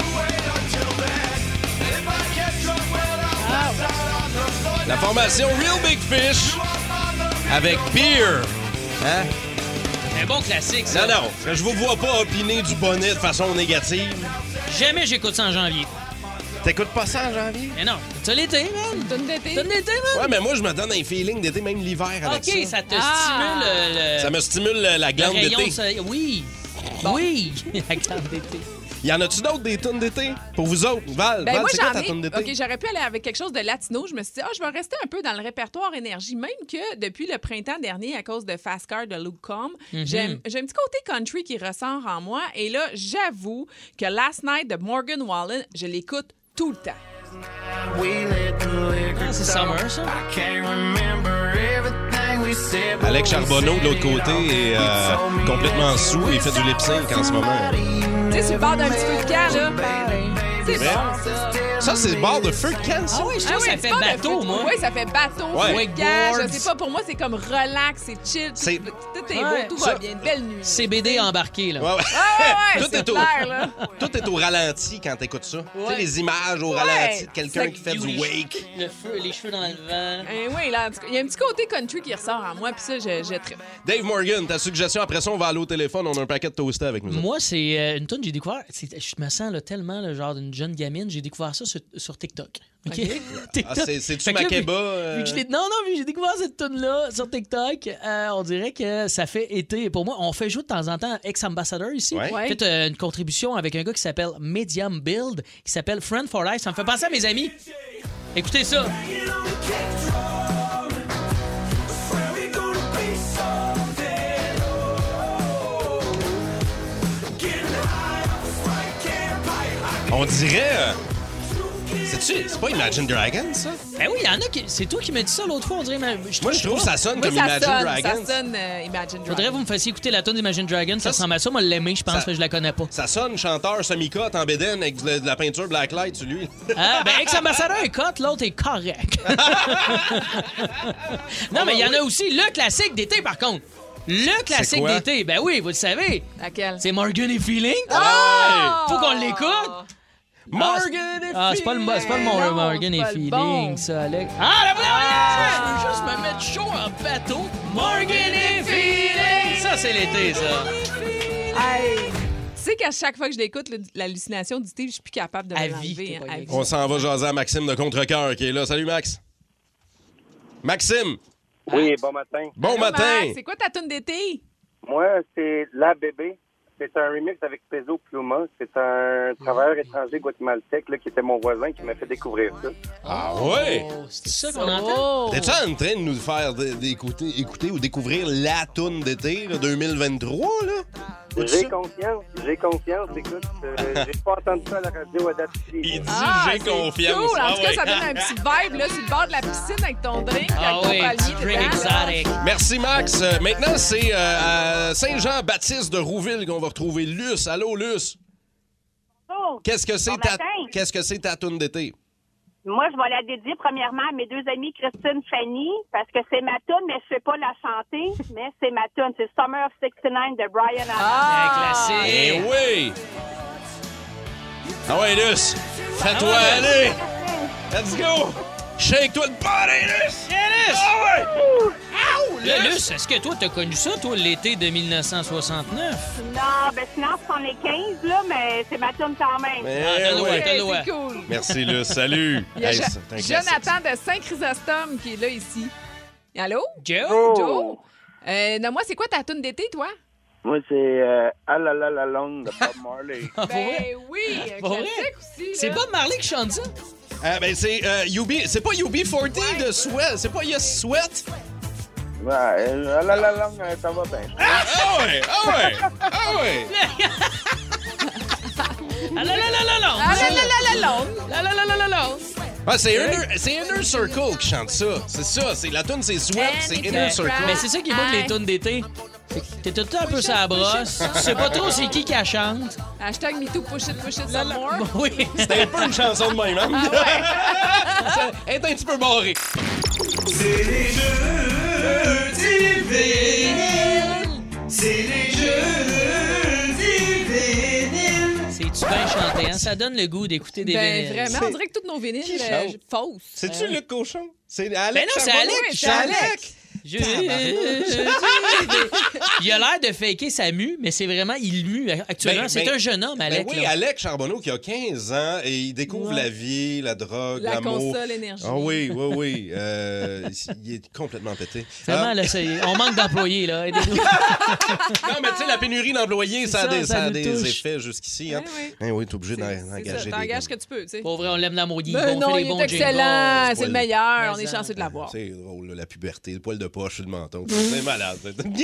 S4: La formation Real Big Fish avec Beer. Hein?
S6: Un bon classique, ça.
S4: Non, non, je vous vois pas opiner du bonnet de façon négative.
S6: Jamais j'écoute ça en janvier.
S4: T'écoutes pas ça en janvier?
S6: Mais non. C'est l'été, man.
S5: Donne d'été.
S6: Donne l'été, man.
S4: Ouais, mais moi, je me donne un feeling d'été, même l'hiver avec
S6: OK, ça, te
S5: Ah.
S6: stimule euh,
S4: ça.
S6: le...
S4: Ça me stimule euh, la glande
S6: rayon
S4: d'été.
S6: soleil. Oui. Oui. La glande d'été.
S4: Y en a-tu d'autres des tunes d'été? Pour vous autres, Val,
S5: Ben
S4: Val,
S5: moi
S4: c'est quoi
S5: j'en
S4: ta tune
S5: ai.
S4: d'été?
S5: OK, j'aurais pu aller avec quelque chose de latino, je me suis dit ah, je vais rester un peu dans le répertoire énergie même que depuis le printemps dernier à cause de Fast Car de Luke Com,
S6: Mm-hmm.
S5: j'aime j'ai un petit côté country qui ressort en moi et là, j'avoue que Last Night de Morgan Wallen, je l'écoute tout le temps.
S6: Ah, c'est summer, ça.
S4: Alex Charbonneau de l'autre côté est euh, complètement sous et fait du lip sync en ce moment.
S5: Tu sais, sur le bord d'un petit peu de camp, là. C'est
S4: Vrai?
S5: bon, ça.
S4: Ça, c'est le bar de feu de Cannes, ça?
S6: Ah oui, je trouve
S5: Ah
S6: que
S5: oui,
S6: ça
S5: tu
S6: fait
S5: parles de
S6: bateau,
S5: feu-
S6: moi.
S5: Oui, ça fait bateau,
S4: Ouais.
S5: feu de camp,
S6: Wakeboard.
S5: Je sais pas, pour moi, c'est comme relax, c'est chill. Tout,
S4: C'est-
S5: tout est
S6: Ouais.
S5: beau, tout
S4: Ça-
S5: va bien. Belle nuit.
S6: CBD embarqué, là.
S4: Ouais, ouais.
S5: Ah ouais,
S4: tout,
S5: c'est
S4: est au,
S5: clair, là.
S4: tout est au ralenti quand t'écoutes ça. Tu sais, les images au ralenti de quelqu'un qui fait du wake.
S6: Le feu, les cheveux dans le vent.
S5: Eh oui, là, en tout cas, il y a un petit côté country qui ressort en moi, puis ça, je, je tripe.
S4: Dave Morgan, ta suggestion, après ça, on va aller au téléphone, on a un paquet de toastés avec nous. autres.
S6: Moi, c'est euh, une tune que j'ai découvert. c'est- Je me sens là, tellement le genre d'une jeune gamine. J'ai découvert ça sur, sur TikTok. OK? TikTok.
S4: Ah, c'est- c'est-tu
S6: Fait que là,
S4: Makeba,
S6: vu-
S4: euh?
S6: vu que je l'ai- non, non, mais j'ai découvert cette tune là sur TikTok. Euh, on dirait que ça fait été. Pour moi, on fait jouer de temps en temps ex-ambassador ici.
S4: Ouais.
S5: Ouais.
S6: Fait euh, une contribution avec un gars qui s'appelle Medium Build, qui s'appelle Friend for Life. Ça me fait penser à mes amis. Écoutez ça.
S4: On dirait. euh, C'est-tu. C'est pas Imagine Dragons, ça?
S6: Ben oui, il y en a qui. C'est toi qui m'as dit ça l'autre fois. On dirait. mais
S4: Moi, je trouve que ça sonne
S5: Oui,
S4: comme
S5: ça
S4: Imagine
S5: sonne,
S4: Dragons.
S5: ça sonne euh, Imagine Dragons.
S6: Faudrait que vous me fassiez écouter la tune d'Imagine Dragons. Ça
S4: Ça,
S6: ressemble à ça. Moi, je l'aimais, je pense,
S4: ça-
S6: mais je la connais pas.
S4: Ça sonne chanteur semi-cote en bédaine avec de de la peinture blacklight sur lui.
S6: Ah, ben, ex-ambassadeur est cote, l'autre est correct. non, mais il y en a aussi le classique d'été, par contre. Le classique
S4: quoi?
S6: d'été, ben oui, vous le savez.
S5: Laquelle?
S6: C'est Morgan et Feeling.
S8: Ah!
S6: Faut
S5: Oh!
S6: qu'on l'écoute.
S4: Morgan
S6: et Ah, c'est pas le, c'est pas le
S5: Non,
S6: Morgan
S5: c'est
S6: et
S5: pas le
S6: Feeling,
S5: bon.
S6: ça, Alex. Ah, la première! Je veux juste me mettre chaud en bateau. Morgan et Feeling. Ça, c'est l'été, ça.
S5: Hey! Tu sais qu'à chaque fois que je l'écoute, le- l'hallucination du Steve, je suis plus capable de
S6: À
S5: me
S6: vie, t'es
S5: l'enlever. hein,
S6: pas
S5: à
S6: capable.
S5: vie.
S4: On s'en va jaser à Maxime de Contrecoeur qui est là. Salut, Max. Maxime,
S10: Oui, bon matin.
S4: bon
S5: Allô,
S4: matin.
S5: Max, C'est quoi ta tune d'été?
S10: Moi, c'est La Bébé. C'est un remix avec Peso Pluma. C'est un
S4: Mm.
S10: travailleur étranger guatémaltèque là, qui était mon voisin qui m'a fait découvrir ça.
S4: Ah ouais?
S6: Oh, c'est ça qu'on entend?
S5: Oh!
S4: T'es-tu en train de nous faire d- d'écouter écouter ou découvrir la toune d'été là, 2023, là? Ou
S10: J'ai
S4: ça?
S10: confiance, j'ai confiance. Écoute, euh, j'ai pas entendu ça à la radio à date.
S4: Il dit
S5: Ah,
S4: j'ai
S5: c'est
S4: confiance.
S5: Cool. En
S4: Ah
S5: tout cas,
S4: ouais.
S5: ça donne un petit vibe là, sur le bord de la piscine avec ton drink,
S6: Ah
S5: avec ton
S6: oui,
S5: palmier.
S6: petit
S5: t'es
S6: Great Exotic.
S4: Merci, Max. Euh, Maintenant, c'est euh, à Saint-Jean-Baptiste de Rouville qu'on va retrouver Luce. Allô, Luce.
S11: Oh,
S4: Qu'est-ce que c'est
S11: Bon
S4: ta,
S11: matin.
S4: qu'est-ce que c'est ta toune d'été?
S11: moi, je vais la dédier premièrement à mes deux amies Christine Fanny, parce que c'est ma tune, mais je sais pas la chanter, mais c'est ma tune. C'est Summer of 69 de Brian Adams.
S5: Ah!
S4: Eh
S6: Classique.
S4: oui! Ah ouais, Luce! Fais-toi
S6: Ah
S4: aller! eh? Let's go! Shake-toi le body, Luce! Ah ouais!
S6: Là, Luce, est-ce que toi, t'as connu ça, toi, l'été de 1969?
S11: Non, ben sinon, ce sont les 15, là, mais c'est ma tune quand même.
S6: Ah, t'as
S4: Eh
S6: le droit,
S4: ouais.
S6: t'as le droit.
S5: C'est cool.
S4: Merci, Luce. Salut!
S5: Il y a
S4: Hey,
S5: Jo-
S4: c'est un classique.
S5: Jonathan de Saint-Chrysostome qui est là ici. Allô?
S6: Joe?
S5: Joe? Euh, non, moi, c'est quoi ta toune d'été, toi?
S10: Moi, c'est euh, Ah la la la long de Bob Marley.
S6: Ah, pour vrai?
S5: Ben oui, un
S6: Pour vrai?
S5: classique aussi.
S6: C'est
S5: là.
S6: Bob Marley qui chante ça?
S4: Ah, ben, c'est euh, UB... C'est pas UB40 de Sweat. C'est pas Yes Sweat.
S10: Ouais, euh, Ah la la long, euh, ça va bien.
S4: Ah ouais! Ah ouais! Ah ouais!
S6: Ah là là là là là!
S5: Ah, la, la, la, la, longue. La, la, la, la, la, longue.
S4: Ah, c'est Inner, c'est Inner Circle qui chante ça. C'est ça. C'est, la tune, c'est Sweat, c'est Inner Circle.
S6: Mais c'est ça qui est bon que les
S5: Aïe.
S6: tunes d'été. C'est que T'es tout le temps un peu sa brosse. Tu sais pas trop c'est qui qui la chante.
S5: Ben, Hashtag MeToo, push it, push it some more.
S6: Oui.
S4: C'est un peu une chanson de même, hein?
S6: Ah
S4: Ça- Elle est un petit peu barrée.
S6: C'est-tu bien chanté, hein? Ça donne le goût d'écouter des
S5: Ben
S6: vinyles.
S5: vraiment, on dirait que toutes nos vinyles euh,
S4: chante?
S5: fausses.
S4: C'est-tu le cochon? C'est
S6: Ben
S4: Alex.
S6: non, c'est
S4: Charbonneau?
S6: Alec
S5: oui,
S6: qui
S5: c'est
S6: chante.
S5: Alec.
S6: Je- Il a l'air de faker sa mue, mais c'est vraiment, il mue actuellement.
S4: Ben,
S6: c'est
S4: ben,
S6: un jeune homme,
S4: Ben
S6: Alec.
S4: oui,
S6: là.
S4: Alec Charbonneau qui a 15 ans et il découvre la vie, la drogue,
S5: La
S4: l'amour.
S5: console énergie.
S4: Ah oui, oui, oui. Euh, il est complètement pété.
S6: Vraiment,
S4: Euh,
S6: là, c'est- on manque d'employés, là. Aidez-nous.
S4: non, mais tu sais, la pénurie d'employés, ça, a
S6: Ça,
S4: des,
S6: ça
S4: ça a
S6: nous
S4: des
S6: touche.
S4: effets jusqu'ici. Hein.
S5: Ben oui.
S4: Ben oui, t'es obligé d'en-
S5: C'est ça,
S4: d'engager
S5: t'engages
S4: des
S5: ce que tu peux, tu sais.
S6: Pour vrai, on l'aime l'amour. Il
S5: Ben
S6: bon,
S5: non,
S6: fait
S5: il
S6: des bons
S5: est excellent,
S6: jingles.
S5: c'est le meilleur, on
S6: Mais
S5: est
S6: ça-
S5: chanceux de l'avoir.
S4: C'est drôle, là, la puberté, le poil de poche sur le menton. C'est malade.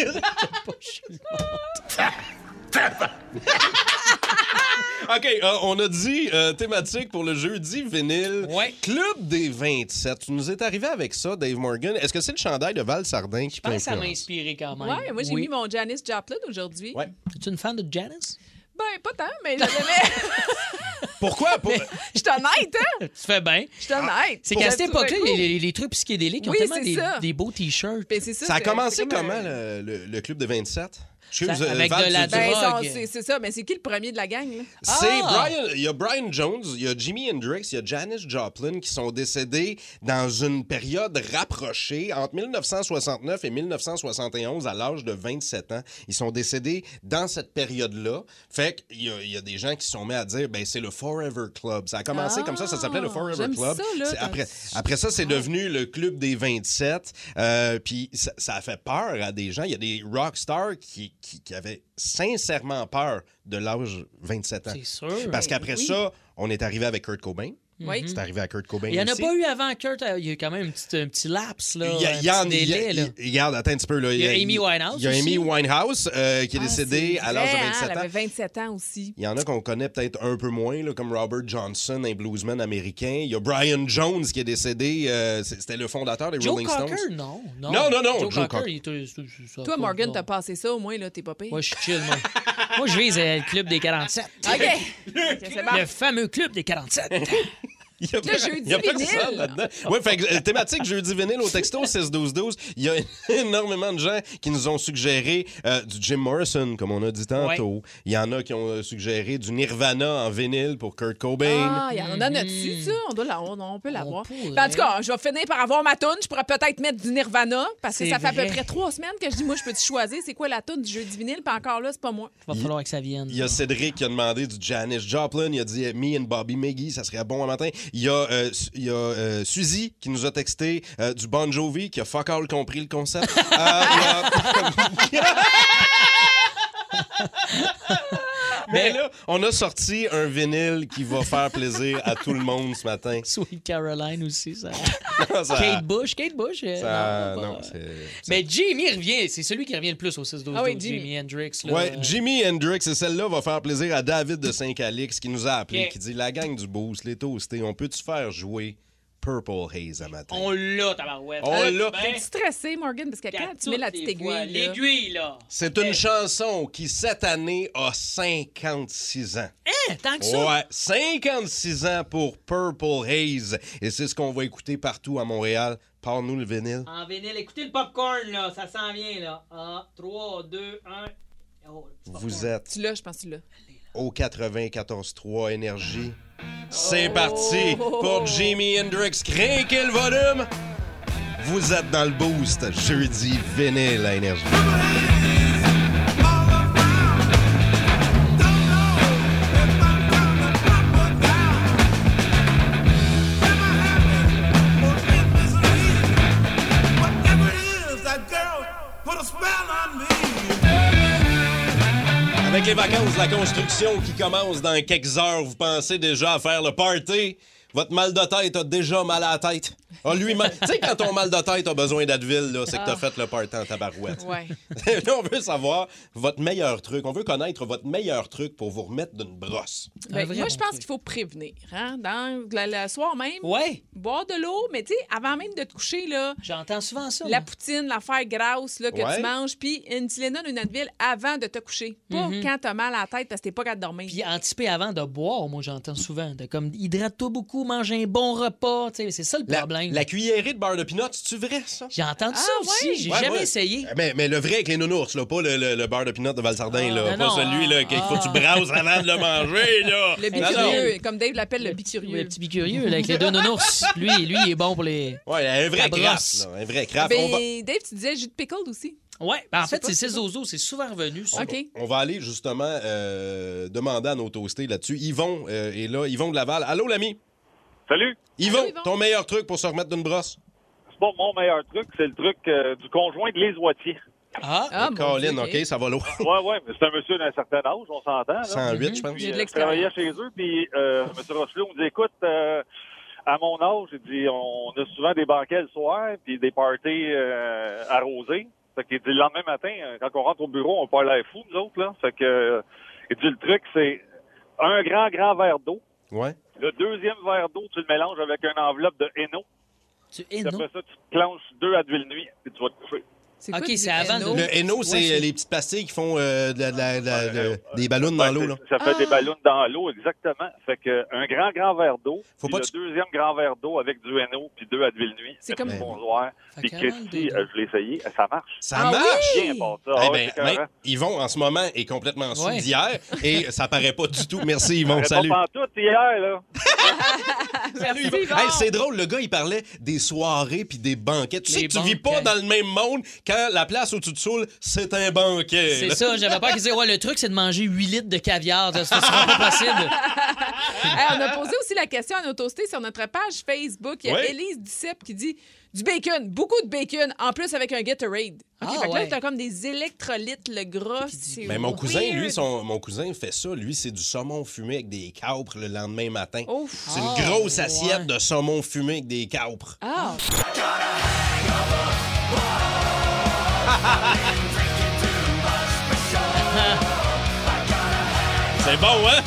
S4: OK, euh, on a dit euh, thématique pour le jeudi vinyle.
S6: Ouais.
S4: Club des 27. Tu nous es arrivé avec ça, Dave Morgan. Est-ce que c'est le chandail de Val Sardin qui
S6: Je pense que ça m'a
S4: t'influence?
S6: inspiré quand même.
S5: Ouais, moi j'ai
S6: Oui.
S5: mis mon Janice Joplin aujourd'hui.
S4: Ouais.
S6: Es-tu une fan de Janice?
S5: Ben pas tant, mais je l'aimais.
S4: Pourquoi? Pour-
S5: Je suis honnête, hein?
S6: Tu fais bien.
S5: Je suis honnête.
S6: Ah, C'est qu'à cette époque-là,
S5: Cool.
S6: les, les- les trucs psychédéliques ils ont
S5: Oui,
S6: tellement
S5: c'est
S6: des,
S5: ça.
S6: des beaux t-shirts.
S5: Ben, c'est ça,
S4: Ça a
S5: c'est-
S4: commencé
S5: c'est comme
S4: comment,
S5: un-
S4: le, le- le club de 27? Excuse,
S6: Ça- avec
S4: Val,
S6: de
S4: tu-
S6: la
S4: tu-
S6: drogue.
S5: Ben, ça, c'est c'est ça, mais c'est qui le premier de la gang? Là?
S4: C'est
S6: Ah!
S4: Brian, il y a Brian Jones, il y a Jimi Hendrix, il y a Janis Joplin qui sont décédés dans une période rapprochée entre 1969 et 1971 à l'âge de 27 ans. Ils sont décédés dans cette période-là. Fait qu'il y, a- il y a des gens qui se sont mis à dire ben c'est le Forever Club. Ça a commencé
S5: Ah!
S4: comme ça, ça s'appelait le Forever
S5: J'aime
S4: Club.
S5: ça, là,
S4: C'est
S5: t'as-
S4: après après ça, c'est devenu le club des 27. Euh, puis ça, ça a fait peur à des gens. Il y a des rock stars qui, qui, qui avaient sincèrement peur de l'âge 27 ans.
S6: C'est sûr.
S4: Parce qu'après
S5: oui.
S4: ça, on est arrivé avec Kurt Cobain.
S5: Oui.
S4: C'est arrivé à Kurt Cobain
S6: Il n'y en a
S4: aussi.
S6: pas eu avant Kurt. euh, Il y a eu quand même un petit, un petit laps, là.
S4: Il y a,
S6: un
S4: il y en-
S6: petit délai,
S4: il y
S6: là.
S4: a- il- Regarde, attends un petit peu. Là.
S6: Il y a Amy Winehouse
S4: Il y a
S6: aussi.
S4: Amy Winehouse euh, qui est décédée
S5: Ah, c'est
S4: à l'âge de
S5: vrai, hein,
S4: 27
S5: Elle
S4: ans.
S5: avait 27 ans aussi.
S4: Il y en a qu'on connaît peut-être un peu moins, là, comme Robert Johnson, un bluesman américain. Il y a Brian Jones qui est décédé. euh, c'est- C'était le fondateur des
S6: Joe
S4: Rolling
S6: Cocker,
S4: Stones.
S6: non,
S4: Non, non, non,
S6: Joe,
S4: Joe
S6: Cocker,
S4: Cocker.
S6: il était- c'est- c'est- ça
S5: Toi,
S6: pas-
S5: Morgan,
S6: non.
S5: t'as passé ça, au moins, là, t'es pas pire.
S6: Moi, je suis chill, moi. moi, je vise euh, le club des 47.
S5: OK. Ok, c'est bon.
S6: Le fameux club des 47.
S4: Il y a,
S5: Le jeudi
S4: il y a personne
S5: vinyle.
S4: là-dedans. Oui, fait que, euh, thématique jeudi vinyle au texto 6-12-12. Il y a énormément de gens qui nous ont suggéré euh, du Jim Morrison, comme on a dit tantôt. Il y en a qui ont euh, suggéré du Nirvana en vinyle pour Kurt Cobain.
S5: Ah, il y en a dessus, ça. On, doit la- on, on peut l'avoir.
S6: Ben, hmm. pourrait.
S5: Ben, En tout cas, je vais finir par avoir ma toune. Je pourrais peut-être mettre du Nirvana parce que
S6: C'est
S5: ça fait à
S6: vrai.
S5: peu près trois semaines que je dis, moi, je peux-tu choisir c'est quoi la toune du jeudi vinyle? Puis encore là, c'est pas moi.
S6: Il va falloir que ça vienne.
S4: Il y a Cédric qui a demandé du Janis Joplin. Il a dit euh, Me and Bobby McGee, ça serait bon un matin. Il y a, euh, Su- il y a euh, Suzy qui nous a texté euh, du Bon Jovi qui a fuck all compris le concept. Euh, il y a- Mais là, on a sorti un vinyle qui va faire plaisir à tout le monde ce matin.
S6: Sweet Caroline aussi, ça.
S4: Ça-
S6: Kate Bush, Kate Bush. euh,
S4: ça-
S6: non,
S4: non,
S6: pas-
S4: c'est-
S6: Mais Jimmy revient, c'est celui qui revient le plus au 6-12.
S5: Ah oui,
S6: Jimi.
S5: Jimi.
S6: Hendrix. Là,
S4: Ouais,
S6: Euh,
S4: Jimi Hendrix, et celle-là va faire plaisir à David de Saint-Calix qui nous a appelé,
S6: Ok.
S4: qui dit La gang du boost, les toastés, on peut-tu faire jouer Purple Haze à matin.
S6: On l'a, tabarouette.
S4: On
S6: Hein,
S4: l'a.
S6: ben,
S5: T'es stressé, Morgan, parce que
S6: qu'à
S5: quand tu mets la
S6: toutes
S5: petite
S6: les fois,
S5: aiguille. là-
S6: L'aiguille, là.
S4: C'est une chanson qui, cette année, a 56 ans.
S6: Hein, tant que ça.
S4: Ouais, 56 ans pour Purple Haze. Et c'est ce qu'on va écouter partout à Montréal. Parle-nous le vinyle.
S6: En vinyle, écoutez le popcorn, là. Ça s'en vient, là. En 3, 2, 1. Oh, le petit
S4: Vous
S6: popcorn.
S4: êtes
S5: Tu l'as, je pense que tu l'as.
S4: au 94.3 Énergie. C'est parti pour
S5: Oh.
S4: Jimi Hendrix. Crinquez le volume. Vous êtes dans le boost. Jeudi, vinyle à Énergie. Avec les vacances, la construction qui commence dans quelques heures, vous pensez déjà à faire le party? Votre mal de tête a déjà mal à la tête. Ah, lui, ma- tu sais, quand ton mal de tête a besoin d'Advil, là, c'est que t'as
S5: Ah.
S4: fait le party en tabarouette.
S5: Ouais.
S4: là, on veut savoir votre meilleur truc. On veut connaître votre meilleur truc pour vous remettre d'une brosse.
S5: Ben,
S6: vrai
S5: moi,
S6: bon
S5: je pense
S6: truc.
S5: qu'il faut prévenir. Hein? Dans le, le soir même,
S6: Ouais,
S5: boire de l'eau, mais tu sais, avant même de te coucher, là,
S6: j'entends souvent ça.
S5: la
S6: moi.
S5: poutine, l'affaire grasse là, que
S4: Ouais.
S5: tu manges, puis une Tylenol, une Advil avant de te coucher. Pas quand t'as mal à la tête parce que t'es pas capable de dormir.
S6: Mm-hmm. Puis anticiper avant de boire, moi, j'entends souvent. De comme, hydrate-toi beaucoup, mange un bon repas. tu sais, C'est ça le
S4: La,
S6: problème.
S4: la cuillerée de beurre de peanuts, c'est-tu vrai, ça?
S6: J'ai entendu ça
S5: Ah,
S6: aussi.
S5: ouais.
S6: J'ai
S4: Ouais,
S6: jamais
S4: ouais. Euh,
S6: essayé.
S4: Eh ben, Mais, mais le vrai avec les nounours, là, pas le, le- le beurre de peanut de Valsardin, là,
S6: Ah,
S4: pas
S6: non,
S4: celui là,
S6: ah,
S4: qu'il faut que tu brasses avant de le manger. Là.
S5: Le
S4: Non, non.
S5: bicurieux, comme Dave l'appelle, le
S6: Le
S5: bicurieux.
S6: petit bicurieux, là, avec les deux nounours. Lui, lui, il est bon pour les.
S4: Ouais, un
S6: La
S4: vrai
S6: brosse.
S4: craft, là, un vrai craft.
S5: Ben,
S4: On va-
S5: Dave, tu disais jus de pickle aussi.
S6: Ouais, ben, en fait,
S5: pas
S6: c'est
S5: si
S6: ces zozos, c'est souvent revenu. ça.
S5: OK.
S4: On va aller justement euh, demander à nos toastés là-dessus. Yvon euh, est là, Yvon de Laval. Allô, l'ami?
S10: Salut!
S4: Yvon,
S5: Allô, Yvon.
S4: ton meilleur truc pour se remettre d'une brosse?
S10: Bon, mon meilleur truc, c'est le truc euh, du conjoint de Lézoitier.
S6: Ah,
S5: Ah, mon
S4: Euh, Colin,
S5: Dieu,
S4: OK, ça va loin.
S10: Ouais, ouais, mais c'est un monsieur d'un certain âge, on s'entend. là.
S4: 108, Ah. je pense.
S10: Puis,
S5: J'ai de
S10: euh, je
S5: l'expérience.
S10: travaillais chez eux, puis euh, M. Rochelot me dit, écoute, euh, à mon âge, j'ai dit, on a souvent des banquets le soir, puis des parties euh, arrosées. Fait qu'il dit, le lendemain matin, euh, quand on rentre au bureau, on parle l'air fou, nous autres, là. Fait que, euh, il dit, le truc, c'est un grand, grand verre d'eau.
S4: Ouais.
S10: Le deuxième verre d'eau, tu le mélanges avec une enveloppe de Eno.
S6: tu es
S10: Puis
S6: non.
S10: après ça, tu te clenches deux à d'huile nuit, puis tu vas te coucher.
S5: C'est quoi
S6: OK,
S5: du
S6: c'est avant de-
S5: Eno?
S4: Le Eno, c'est euh,
S6: Ouais, c'est-
S4: les petites pastilles qui font euh, de la- de la- de la- de- des ballons
S10: Ouais,
S4: dans l'eau.
S10: c'est-
S4: là.
S10: Ça fait
S5: Ah.
S10: des ballons dans l'eau, exactement. Fait que euh, un grand, grand verre d'eau.
S4: Faut
S10: puis
S4: pas
S10: le
S4: tu-
S10: deuxième grand verre d'eau avec du NO, puis deux à de nuit.
S5: C'est comme-
S10: bonsoir.
S6: Fait
S10: Puis
S6: qu'il y a
S10: Christy,
S6: mal de-
S10: euh, je l'ai essayé, ça marche.
S4: Ben Ça
S5: Ah
S4: marche!
S10: Bien bon, ça.
S4: Eh
S10: Ah ouais,
S4: ben,
S10: c'est correct.
S4: même Yvon, en ce moment, est complètement sous
S6: Ouais.
S4: d'hier et ça paraît pas du tout. Merci, Yvon.
S10: J'aurais
S4: Salut.
S10: pas pantoute hier, là.
S5: Merci, Yvon.
S4: Hey, c'est drôle, le gars, il parlait des soirées puis des banquets. Tu
S6: Les
S4: sais que tu vis pas
S6: banquets.
S4: dans le même monde quand la place où tu te saoules, c'est un banquet.
S6: C'est
S4: là.
S6: ça, j'avais peur qu'ils disent Ouais, le truc, c'est de manger 8 litres de caviar. Ça, Ce sera pas possible.
S5: Hey, Ah, on a posé aussi la question à nos toastés sur notre page Facebook. Il y a
S4: Ouais.
S5: Élise Duceppe qui dit du bacon, beaucoup de bacon, en plus avec un Gatorade. OK,
S6: Ah,
S5: fait que là,
S6: ouais.
S5: t'as comme des électrolytes, le gras.
S4: Mais Ben, mon cousin, lui, son, mon cousin fait ça. Lui, c'est du saumon fumé avec des capres le lendemain matin.
S5: Ouf.
S4: C'est une
S6: Ah,
S4: grosse
S6: ouais.
S4: assiette de saumon fumé avec des capres.
S5: Ah,
S4: C'est bon, hein?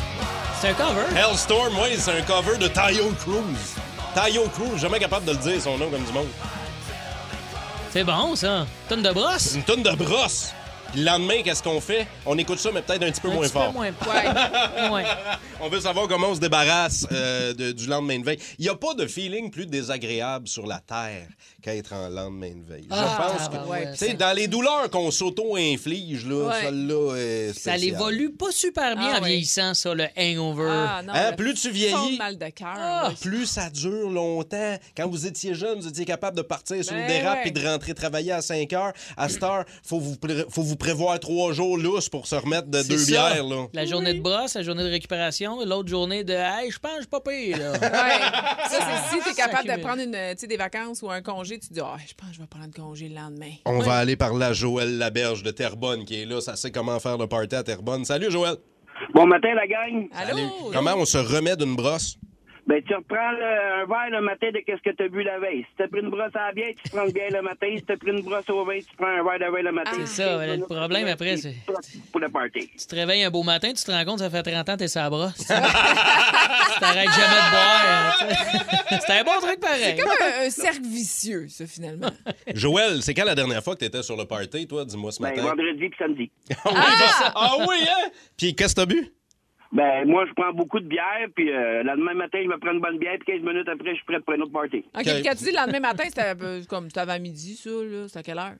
S6: C'est un cover.
S4: Hellstorm, ouais, c'est un cover de Tayo Cruz. Tayo Cruz, jamais capable de le dire son nom comme du monde.
S6: C'est bon, ça. Tonne de brosse.
S4: C'est une tonne de brosse. Puis le lendemain, qu'est-ce qu'on fait? On écoute ça, mais peut-être un petit peu
S6: Un
S4: moins
S6: petit peu
S4: fort.
S6: moins
S5: Ouais.
S6: Ouais.
S4: On veut savoir comment on se débarrasse euh, de- du lendemain de veille. Il n'y a pas de feeling plus désagréable sur la Terre qu'être en lendemain de veille. Je
S6: Ah,
S4: pense que...
S6: bah
S5: ouais.
S4: Tu sais, dans les douleurs qu'on s'auto-inflige, là,
S5: Ouais.
S4: celle-là est
S6: Ça
S4: spéciale.
S6: l'évolue pas super bien
S5: Ah,
S6: en
S5: ouais.
S6: vieillissant, ça, le hangover.
S5: ah, non.
S4: Hein,
S5: le
S4: plus tu
S5: fond
S4: vieillis,
S5: de mal de cœur.
S6: Ah.
S5: ouais.
S4: plus ça dure longtemps. Quand vous étiez jeune, vous étiez capable de partir sur
S5: Ben
S4: une dérape
S5: ouais.
S4: et de rentrer travailler à 5 heures. À cette heure, faut vous, pré- faut vous prévoir trois jours lousses pour se remettre de
S6: C'est
S4: deux
S6: ça.
S4: bières. Là.
S6: La journée de brosse, la journée de récupération, l'autre journée de Hey, je pense que je suis pas pire. là.
S5: Ouais. Ça, c'est si t'es capable de
S6: S'accumule.
S5: prendre une, tu sais, des vacances ou un congé, tu dis, ah, je pense que je vais prendre un congé le lendemain.
S4: On va aller par là, Joël Laberge de Terrebonne qui est là. Ça sait comment faire le party à Terrebonne. Salut, Joël.
S12: Bon matin, la gang.
S5: Allô?
S4: Comment on se remet d'une brosse?
S12: Ben, tu reprends le- un verre le matin de qu'est-ce que tu as bu la veille. Si t'as pris une brosse à la bière, tu prends une bière le matin. Si t'as pris une brosse au vin, tu prends un verre de vin le matin.
S6: C'est ça, ouais, le problème après, c'est.
S12: Pour le party.
S6: Tu te réveilles un beau matin, tu te rends compte, ça fait 30 ans, t'es sur la brosse. tu t'arrêtes jamais de boire. hein, tu sais. C'est un bon truc
S5: C'est
S6: pareil.
S5: comme un, un cercle vicieux, ça, finalement.
S4: Joël, c'est quand la dernière fois que tu étais sur le party, toi, dis-moi ce matin?
S12: Ben, vendredi puis samedi.
S4: ah! oui, hein? Puis qu'est-ce que t'as bu?
S12: Ben, moi, je prends beaucoup de bière, puis euh, le lendemain matin, je me prends une bonne bière, puis 15 minutes après, je suis prêt pour un autre party.
S5: OK, puis quand tu dis le lendemain matin, c'était un peu comme c'était avant midi, ça, là. C'était à quelle heure?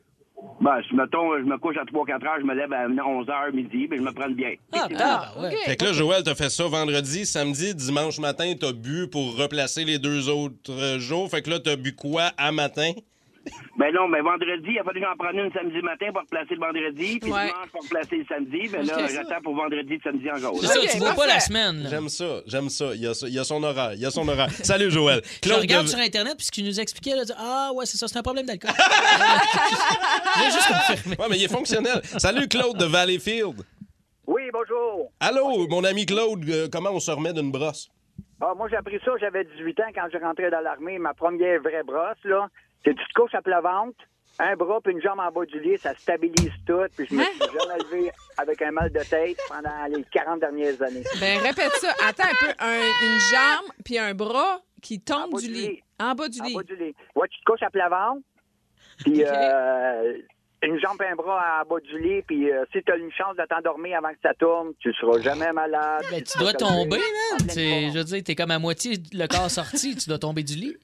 S12: Ben, je, mettons, je me couche à 3-4 heures, je me lève à 11 h midi, ben, je me prends une bière.
S5: Ah, OK.
S4: Fait que là, Joël, t'as fait ça vendredi, samedi, dimanche matin, t'as bu pour replacer les deux autres euh, jours. Fait que là, t'as bu quoi à matin?
S12: Ben non, ben vendredi, il a fallu que j'en prenne une samedi matin pour replacer le vendredi, puis
S4: Ouais.
S12: dimanche pour replacer le samedi. Ben
S4: Ok,
S12: là,
S4: ça.
S12: j'attends pour vendredi, samedi encore.
S6: C'est ça, tu vois pas la semaine. là.
S4: J'aime ça, j'aime ça. Il y a, ça- il y a son horaire, il y a son horaire. Salut, Joël.
S6: Je
S4: Claude
S6: regarde
S4: Dev-
S6: sur Internet, puis ce qu'il nous expliquait, là, dit, ah ouais, c'est ça, c'est un problème d'alcool. J'ai juste confirmé.
S4: Ouais, mais il est fonctionnel. Salut, Claude de Valleyfield.
S13: Oui, bonjour.
S4: Allô, mon ami Claude, euh, comment on se remet d'une brosse?
S13: Ah, moi, j'ai appris ça, j'avais 18 ans quand je rentrais dans l'armée. Ma première vraie brosse, là, c'est tu te couches à plat ventre, un bras puis une jambe en bas du lit, ça stabilise tout. Puis je me suis jamais levé avec un mal de tête pendant les 40 dernières années.
S5: Ben, répète ça. Attends un peu. Un- une jambe puis un bras qui tombe du lit. En bas du lit. En bas
S13: du lit. Ouais, tu te couches à plat ventre, puis euh, une jambe et un bras en bas du lit, puis euh, si tu as une chance de t'endormir avant que ça tourne, tu seras jamais malade.
S6: Ben, Tu dois tomber, man. C'est- Je veux dire, t'es comme à moitié le corps sorti, tu dois tomber du lit.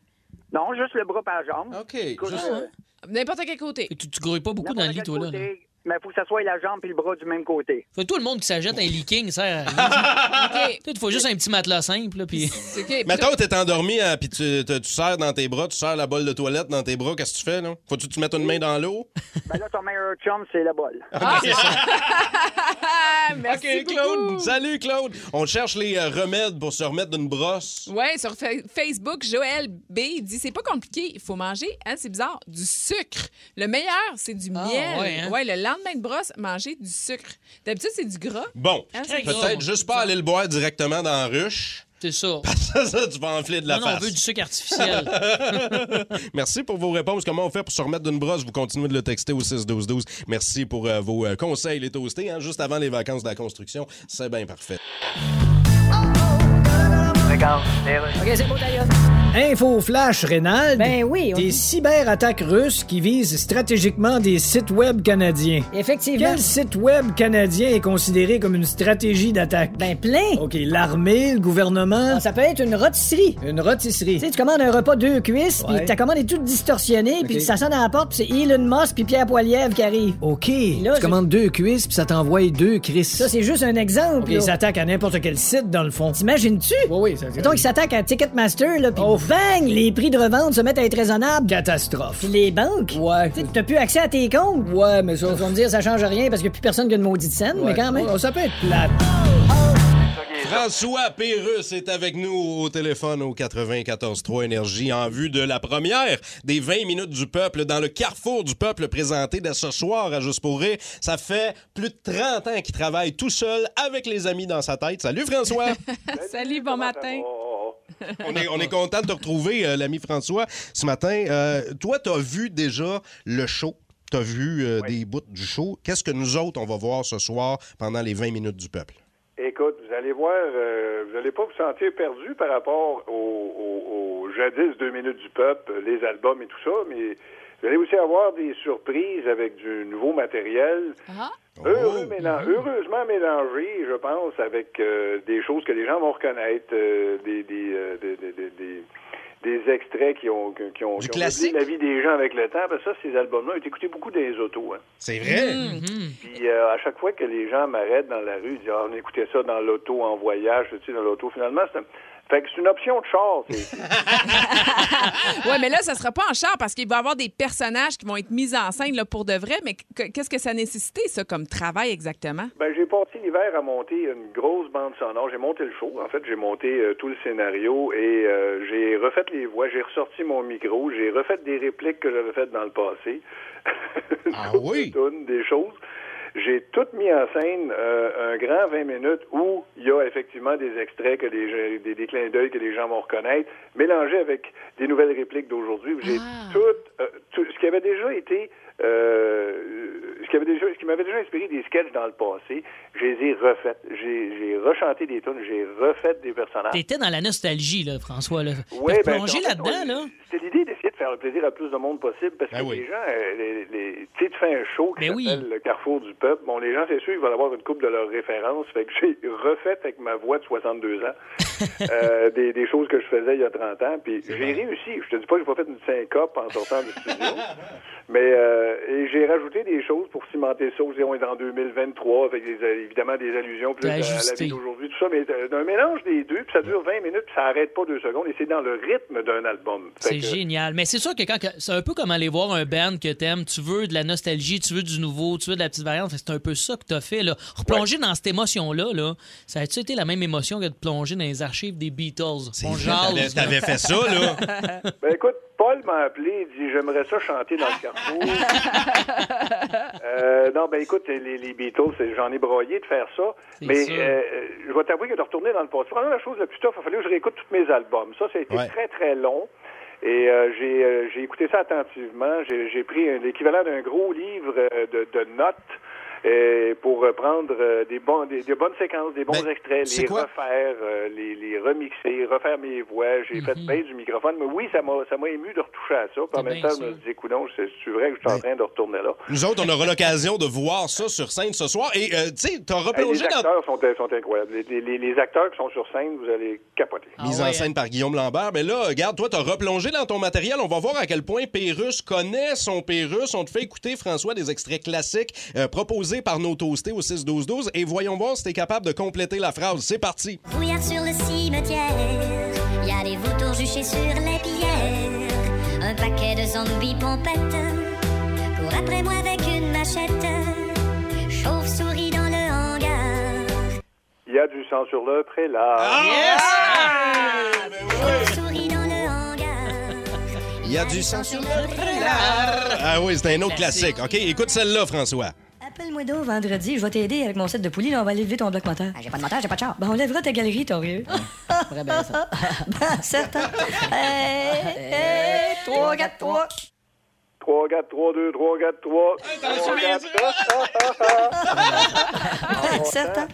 S13: Non, juste le bras par jambe. euh,
S4: OK.
S5: N'importe quel côté.
S6: Tu, tu grouilles pas beaucoup dans le lit, toi, là. là.
S13: Mais il faut que ça soit la jambe et le bras du même côté.
S6: Fait que tout le monde qui s'ajoute un leaking, sert à rien. Il faut juste un petit matelas simple, là, puis.
S4: Mettons, t'es endormi, hein, puis tu, te- tu serres dans tes bras, tu serres la bolle de toilette dans tes bras, qu'est-ce que tu fais, là? Faut-tu que tu mettes une main dans l'eau?
S13: Ben là, ton meilleur chum, c'est la bolle.
S14: Ah, ben,
S5: Ah, Merci
S4: OK, Claude. Salut, Claude. On cherche les euh, remèdes pour se remettre d'une brosse.
S5: Ouais, sur Fa- Facebook, Joël B il dit c'est pas compliqué, il faut manger, hein, c'est bizarre, du sucre. Le meilleur, c'est du miel.
S4: ouais, hein?
S5: le lendemain de brosse, manger du sucre. D'habitude, c'est du gras.
S4: Bon,
S5: Hein, c'est gras,
S4: peut-être
S5: moi.
S4: juste pas aller le boire directement dans la ruche.
S6: C'est ça.
S4: Parce que ça, tu vas enfler de la
S6: Non, non, on
S4: face.
S6: veut du sucre artificiel.
S4: Merci pour vos réponses. Comment on fait pour se remettre d'une brosse? Vous continuez de le texter au 6-12-12. Merci pour euh, vos euh, conseils, les toastés, hein, juste avant les vacances de la construction. C'est bien parfait.
S9: OK, c'est Info flash, Rénald. Ben oui. Des cyberattaques russes qui visent stratégiquement des sites web canadiens.
S14: Effectivement.
S9: Quel site web canadien est considéré comme une stratégie d'attaque? Ben plein. OK, l'armée, le gouvernement.
S14: Ah, Ça peut être une rôtisserie.
S9: Une rôtisserie.
S14: Tu sais, tu commandes un repas deux cuisses,
S9: Ouais.
S14: puis ta commande est toute distorsionnée,
S9: Ok.
S14: puis ça sonne à la porte, puis c'est Elon Musk puis Pierre Poilievre qui arrive.
S9: OK.
S14: là,
S9: tu
S14: je-
S9: commandes deux cuisses puis ça t'envoie deux Chris.
S14: Ça, c'est juste un exemple.
S9: OK,
S14: là.
S9: ils s'attaquent à n'importe quel site, dans le fond.
S14: T'imagines-tu?
S9: Oui, oui,
S14: Mettons qu'ils s'attaquent à Ticketmaster, là, puis bang, les prix de revente se mettent à être raisonnables.
S9: Catastrophe.
S14: Puis les banques? Ouais. Tu sais, t'as plus accès à tes comptes? Ouais, mais ça. Ils vont me dire, ça change rien parce qu'il n'y a plus personne qui a une maudite scène, mais quand même.
S9: Oh, ça peut être plate.
S4: François Pérus est avec nous au téléphone au 94.3 Énergie en vue de la première des 20 minutes du peuple dans le carrefour du peuple présenté dès ce soir à Juste pour rire. Ça fait plus de 30 ans qu'il travaille tout seul avec les amis dans sa tête. Salut François!
S5: Salut, bon matin.
S4: on, est, on est content de te retrouver, euh, l'ami François. Ce matin, euh, toi, tu as vu déjà le show. Tu as vu euh, des bouts du show. Qu'est-ce que nous autres, on va voir ce soir pendant les 20 minutes du peuple?
S15: Écoute, vous allez voir, euh, vous n'allez pas vous sentir perdu par rapport au, au- au jadis deux minutes du peuple, les albums et tout ça, mais vous allez aussi avoir des surprises avec du nouveau matériel.
S4: Oh,
S15: Heureux mélan- heureusement mélangé, je pense, avec euh, des choses que les gens vont reconnaître, euh, des, des, euh, des- des- des- des- des extraits qui ont, qui ont- qui ont,
S4: Du
S15: qui ont réduit
S4: classique.
S15: la vie des gens avec le temps. Parce que ça, ces albums-là ont été écoutés beaucoup des autos. hein.
S4: C'est vrai?
S5: Hmm.
S15: Puis euh, à chaque fois que les gens m'arrêtent dans la rue, ils disent Ah, on écoutait ça dans l'auto en voyage, tu sais, dans l'auto. Finalement, c'est un- fait que c'est une option de char. c'est-
S5: Ouais, mais là, ça sera pas en char parce qu'il va y avoir des personnages qui vont être mis en scène là, pour de vrai. Mais que- qu'est-ce que ça nécessitait, ça, comme travail exactement?
S15: ben, j'ai passé l'hiver à monter une grosse bande sonore. J'ai monté le show. En fait, j'ai monté euh, tout le scénario et euh, j'ai refait les voix. J'ai ressorti mon micro. J'ai refait des répliques que j'avais faites dans le passé. Ah
S4: oui?
S15: Des choses. j'ai tout mis en scène euh, un grand 20 minutes où il y a effectivement des extraits, que les, gens- des, des clins d'œil que les gens vont reconnaître, mélangés avec des nouvelles répliques d'aujourd'hui. J'ai tout, euh, tout- ce qui avait déjà été euh, ce qui avait déjà, ce qui m'avait déjà inspiré des sketchs dans le passé, je les ai refaites. J'ai, j'ai rechanté des tunes, j'ai refait des personnages.
S6: T'étais dans la nostalgie, là, François. Là.
S15: Oui,
S6: T'as
S15: ben,
S6: plongé
S15: en fait,
S6: là-dedans,
S15: on-
S6: là. Ben
S15: C'était l'idée d'essayer de faire le plaisir à plus de monde possible parce que les gens, euh, les, les- tu sais, tu fais un show qui s'appelle le Carrefour du Peuple. Bon, les gens, c'est sûr, ils vont avoir une coupe de leurs références. Fait que j'ai refait avec ma voix de 62 ans euh, des, des choses que je faisais il y a 30 ans. Puis j'ai réussi. Je te dis pas que j'ai pas fait une syncope en sortant du studio. Mais euh, et j'ai rajouté des choses pour cimenter ça. Vous savez, On est en 2023 avec des, évidemment des allusions plus
S6: T'as
S15: à la
S6: ajusté.
S15: vie d'aujourd'hui, tout ça. Mais euh, un mélange des deux, puis ça dure 20 minutes, puis ça arrête pas deux secondes. Et c'est dans le rythme d'un album. Fait
S6: C'est
S15: que-
S6: génial. Mais c'est sûr que quand que- c'est un peu comme aller voir un band que t'aimes, tu veux de la nostalgie, tu veux du nouveau, tu veux de la petite variante. Fait que C'est un peu ça que t'as fait. Là. Replonger dans cette émotion-là, là, ça a-tu été la même émotion que de plonger dans les archives des Beatles? On
S16: vrai,
S6: jase,
S16: t'avais-
S6: là.
S16: t'avais fait ça, là.
S15: Ben écoute, Paul m'a appelé, il dit j'aimerais ça chanter dans le carrefour. Euh, non, ben écoute, les, les Beatles, c'est- j'en ai broyé de faire ça.
S17: C'est
S15: Mais
S17: sûr.
S15: euh, je vais t'avouer que de retourner dans le passé. Probablement la chose la plus tough, il a fallu que je réécoute tous mes albums. Ça, ça a été
S17: Ouais.
S15: très, très long. Et euh, j'ai euh, j'ai écouté ça attentivement. J'ai j'ai pris un- l'équivalent d'un gros livre euh, de, de notes. euh, pour euh, prendre euh, des, bons, des, des bonnes séquences, des
S4: Ben,
S15: bons extraits,
S16: c'est
S15: les
S16: quoi?
S15: refaire, euh, les, les remixer, refaire mes voix. J'ai
S4: Mm-hmm.
S15: fait bien du microphone. Mais oui, ça m'a ça m'a ému de retoucher à ça. Puis en même
S16: bien
S15: temps, je me disais, coudon, c'est c'est vrai que je suis en train de retourner là.
S4: Nous autres, on aura l'occasion de voir ça sur scène ce soir. Et, euh, tu sais, t'as
S15: Hey, les
S4: replongé dans...
S15: acteurs sont, euh, sont incroyables. Les, les- les- les acteurs qui sont sur scène, vous allez capoter.
S4: Mise en scène par Guillaume Lambert. Mais là, regarde, toi, t'as replongé dans ton matériel. On va voir à quel point Pérus connaît son Pérus. On te fait écouter, François, des extraits classiques euh, proposés par nos toastés au 6-12-12. Et voyons voir si t'es capable de compléter la phrase. C'est parti.
S18: Brouillard sur le cimetière, il y a des vautours juchés sur les pierres. Un paquet de zombies pompettes, cours après moi avec une machette. Chauve-souris dans le hangar,
S15: Il y a du sang sur le prélat.
S4: Ah!
S15: ah,
S18: souris dans le hangar.
S4: Il y a du sang
S18: sur le prélat.
S4: Ah oui, c'est un autre classique. OK, écoute celle-là, François.
S18: Appelle-moi donc vendredi, je vais t'aider avec mon set de poulies, là, on va aller lever ton bloc moteur. j'ai pas de moteur, j'ai pas de char. Ben, on lèvera ta galerie, ton vieux. Très bien, ça. ben, certain. Hey, hey, 3, 4, 3.
S15: 3, 4, 3, 2, 3, 4, 3.
S18: Certain.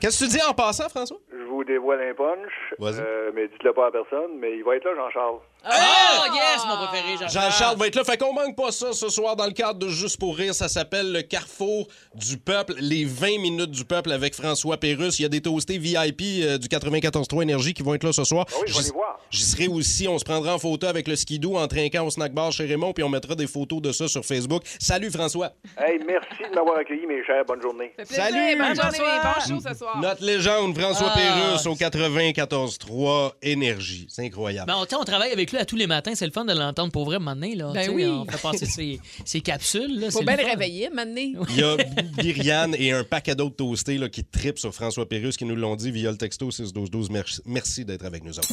S4: Qu'est-ce que tu dis en passant, François?
S15: Je vous dévoile un punch,
S4: Vas-y.
S15: euh, mais dites-le pas à personne, mais il va être là, Jean-Charles.
S6: Oh, yes, mon préféré, Jean-Charles.
S4: Ah! Jean-Charles va être là. Fait qu'on manque pas ça ce soir dans le cadre de Juste pour rire. Ça s'appelle le Carrefour du Peuple, les 20 minutes du Peuple avec François Pérus. Il y a des toastés VIP euh, du 94.3 Énergie qui vont être là ce soir.
S15: Ah oui, je vais
S4: J'y-
S15: les voir.
S4: J'y serai aussi. On se prendra en photo avec le skidoo en trinquant au snack bar chez Raymond, puis on mettra des photos de ça sur Facebook. Salut François.
S15: Hey, merci de m'avoir accueilli, mes chers. Bonne journée.
S5: Salut, bonne journée,
S4: François.
S5: bon show ce soir.
S4: Notre légende, François
S6: Ah.
S4: Pérus au 94.3 Énergie. C'est incroyable.
S6: Ben, on, tu sais, on travaille avec lui à tous les matins. C'est le fun de l'entendre pour vrai maintenant. Là,
S5: Ben
S6: Tu sais,
S5: oui.
S6: On fait passer ses, ses capsules. Là,
S5: Faut
S6: c'est
S5: bien
S6: le
S5: le
S6: fun.
S5: réveiller, maintenant.
S4: Il y a Biriane et un paquet d'autres toastés là, qui tripent sur François Pérus qui nous l'ont dit via le texto 61212. Merci, merci d'être avec nous autres.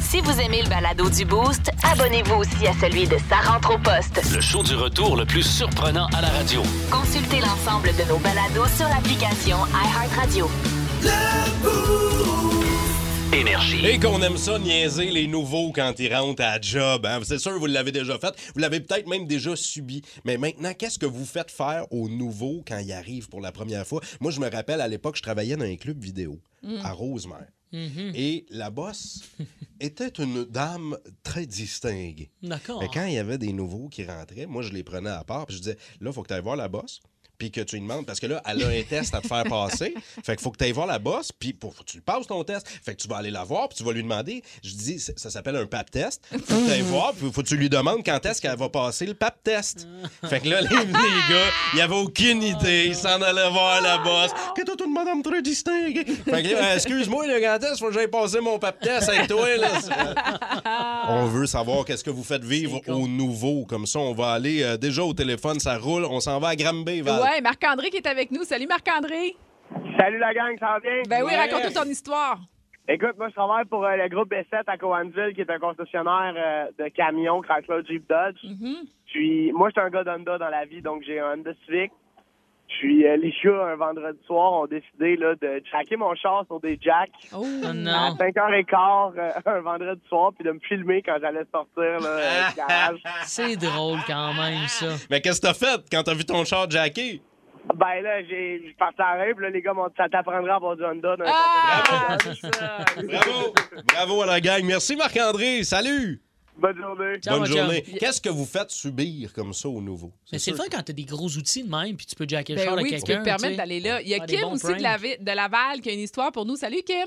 S2: Si vous aimez le balado du Boost, abonnez-vous aussi à celui de Sa rentre au poste.
S19: Le show du retour le plus surprenant à la radio.
S2: Consultez l'ensemble de nos balados sur l'application iHeartRadio.
S19: Énergie.
S4: Et qu'on aime ça niaiser les nouveaux quand ils rentrent à la job. hein. C'est sûr, vous l'avez déjà fait. Vous l'avez peut-être même déjà subi. Mais maintenant, qu'est-ce que vous faites faire aux nouveaux quand ils arrivent pour la première fois? Moi, je me rappelle, à l'époque, je travaillais dans un club vidéo
S16: Mm.
S4: à Rosemère.
S6: Mm. Mm-hmm.
S4: Et la bosse était une dame très distinguée.
S6: D'accord.
S4: Fait que ben, quand il y avait des nouveaux qui rentraient, moi, je les prenais à part. Puis je disais, là, il faut que tu ailles voir la bosse. Puis que tu lui demandes, parce que là, elle a un test à te faire passer. Fait qu'il faut que tu ailles voir la bosse. Puis pour faut que tu lui passes ton test. Fait que tu vas aller la voir. Puis tu vas lui demander. Je dis, ça ça s'appelle un pap test. Faut que tu ailles voir. Puis faut que tu lui demandes quand est-ce qu'elle va passer le pap test. Fait que là, les, les gars, il n'y avait aucune idée. Ils s'en allaient voir la bosse. Que t'as une madame très distinguée. Fait que là, excuse-moi, le quand est-ce faut que j'aille passer mon pap test avec toi, là? On veut savoir qu'est-ce que vous faites vivre aux nouveaux. Comme ça, on va aller euh, déjà au téléphone, ça roule. On s'en va à Granby, Val.
S5: Ouais, Marc-André qui est avec nous. Salut Marc-André.
S17: Salut la gang, ça va bien?
S5: Ben oui, raconte-nous ton histoire.
S17: Écoute, moi, je travaille pour
S6: Ah, mhm.
S17: euh, le groupe B7 à Cowansville, qui est un concessionnaire euh, de camions Chrysler Jeep Dodge. Je suis. Moi, je suis un gars d'Honda dans la vie, donc j'ai un Honda Civic. Puis euh, les gars, un vendredi soir, ont décidé là, de jacker mon char sur des jacks
S6: Oh
S17: à 5h15 euh, un vendredi soir, puis de me filmer quand j'allais sortir
S6: Ah.
S17: là, euh, du garage.
S6: C'est drôle quand même, ça.
S4: Mais qu'est-ce que t'as fait quand t'as vu ton char jacké?
S17: Ben là, j'ai je partais en rêve, là, les gars m'ont dit ça t'apprendra à avoir du Honda. dans un
S6: Ah.
S4: Bravo! Bravo à la gang. Merci Marc-André. Salut!
S17: Bonne journée.
S6: Ciao,
S4: Bonne
S6: mon
S4: journée.
S6: chum.
S4: Qu'est-ce que vous faites subir comme ça au nouveau?
S6: Mais c'est le fun quand t'as des gros outils de même, puis tu peux jacker le
S5: Ben
S6: char
S5: oui,
S6: à
S5: tu peux
S6: quelqu'un.
S5: te permettre
S6: sais.
S5: d'aller là. Il y a
S6: Faire des
S5: Kim
S6: bons
S5: aussi
S6: pranks.
S5: de, la, vi- de Laval qui a une histoire pour nous. Salut, Kim.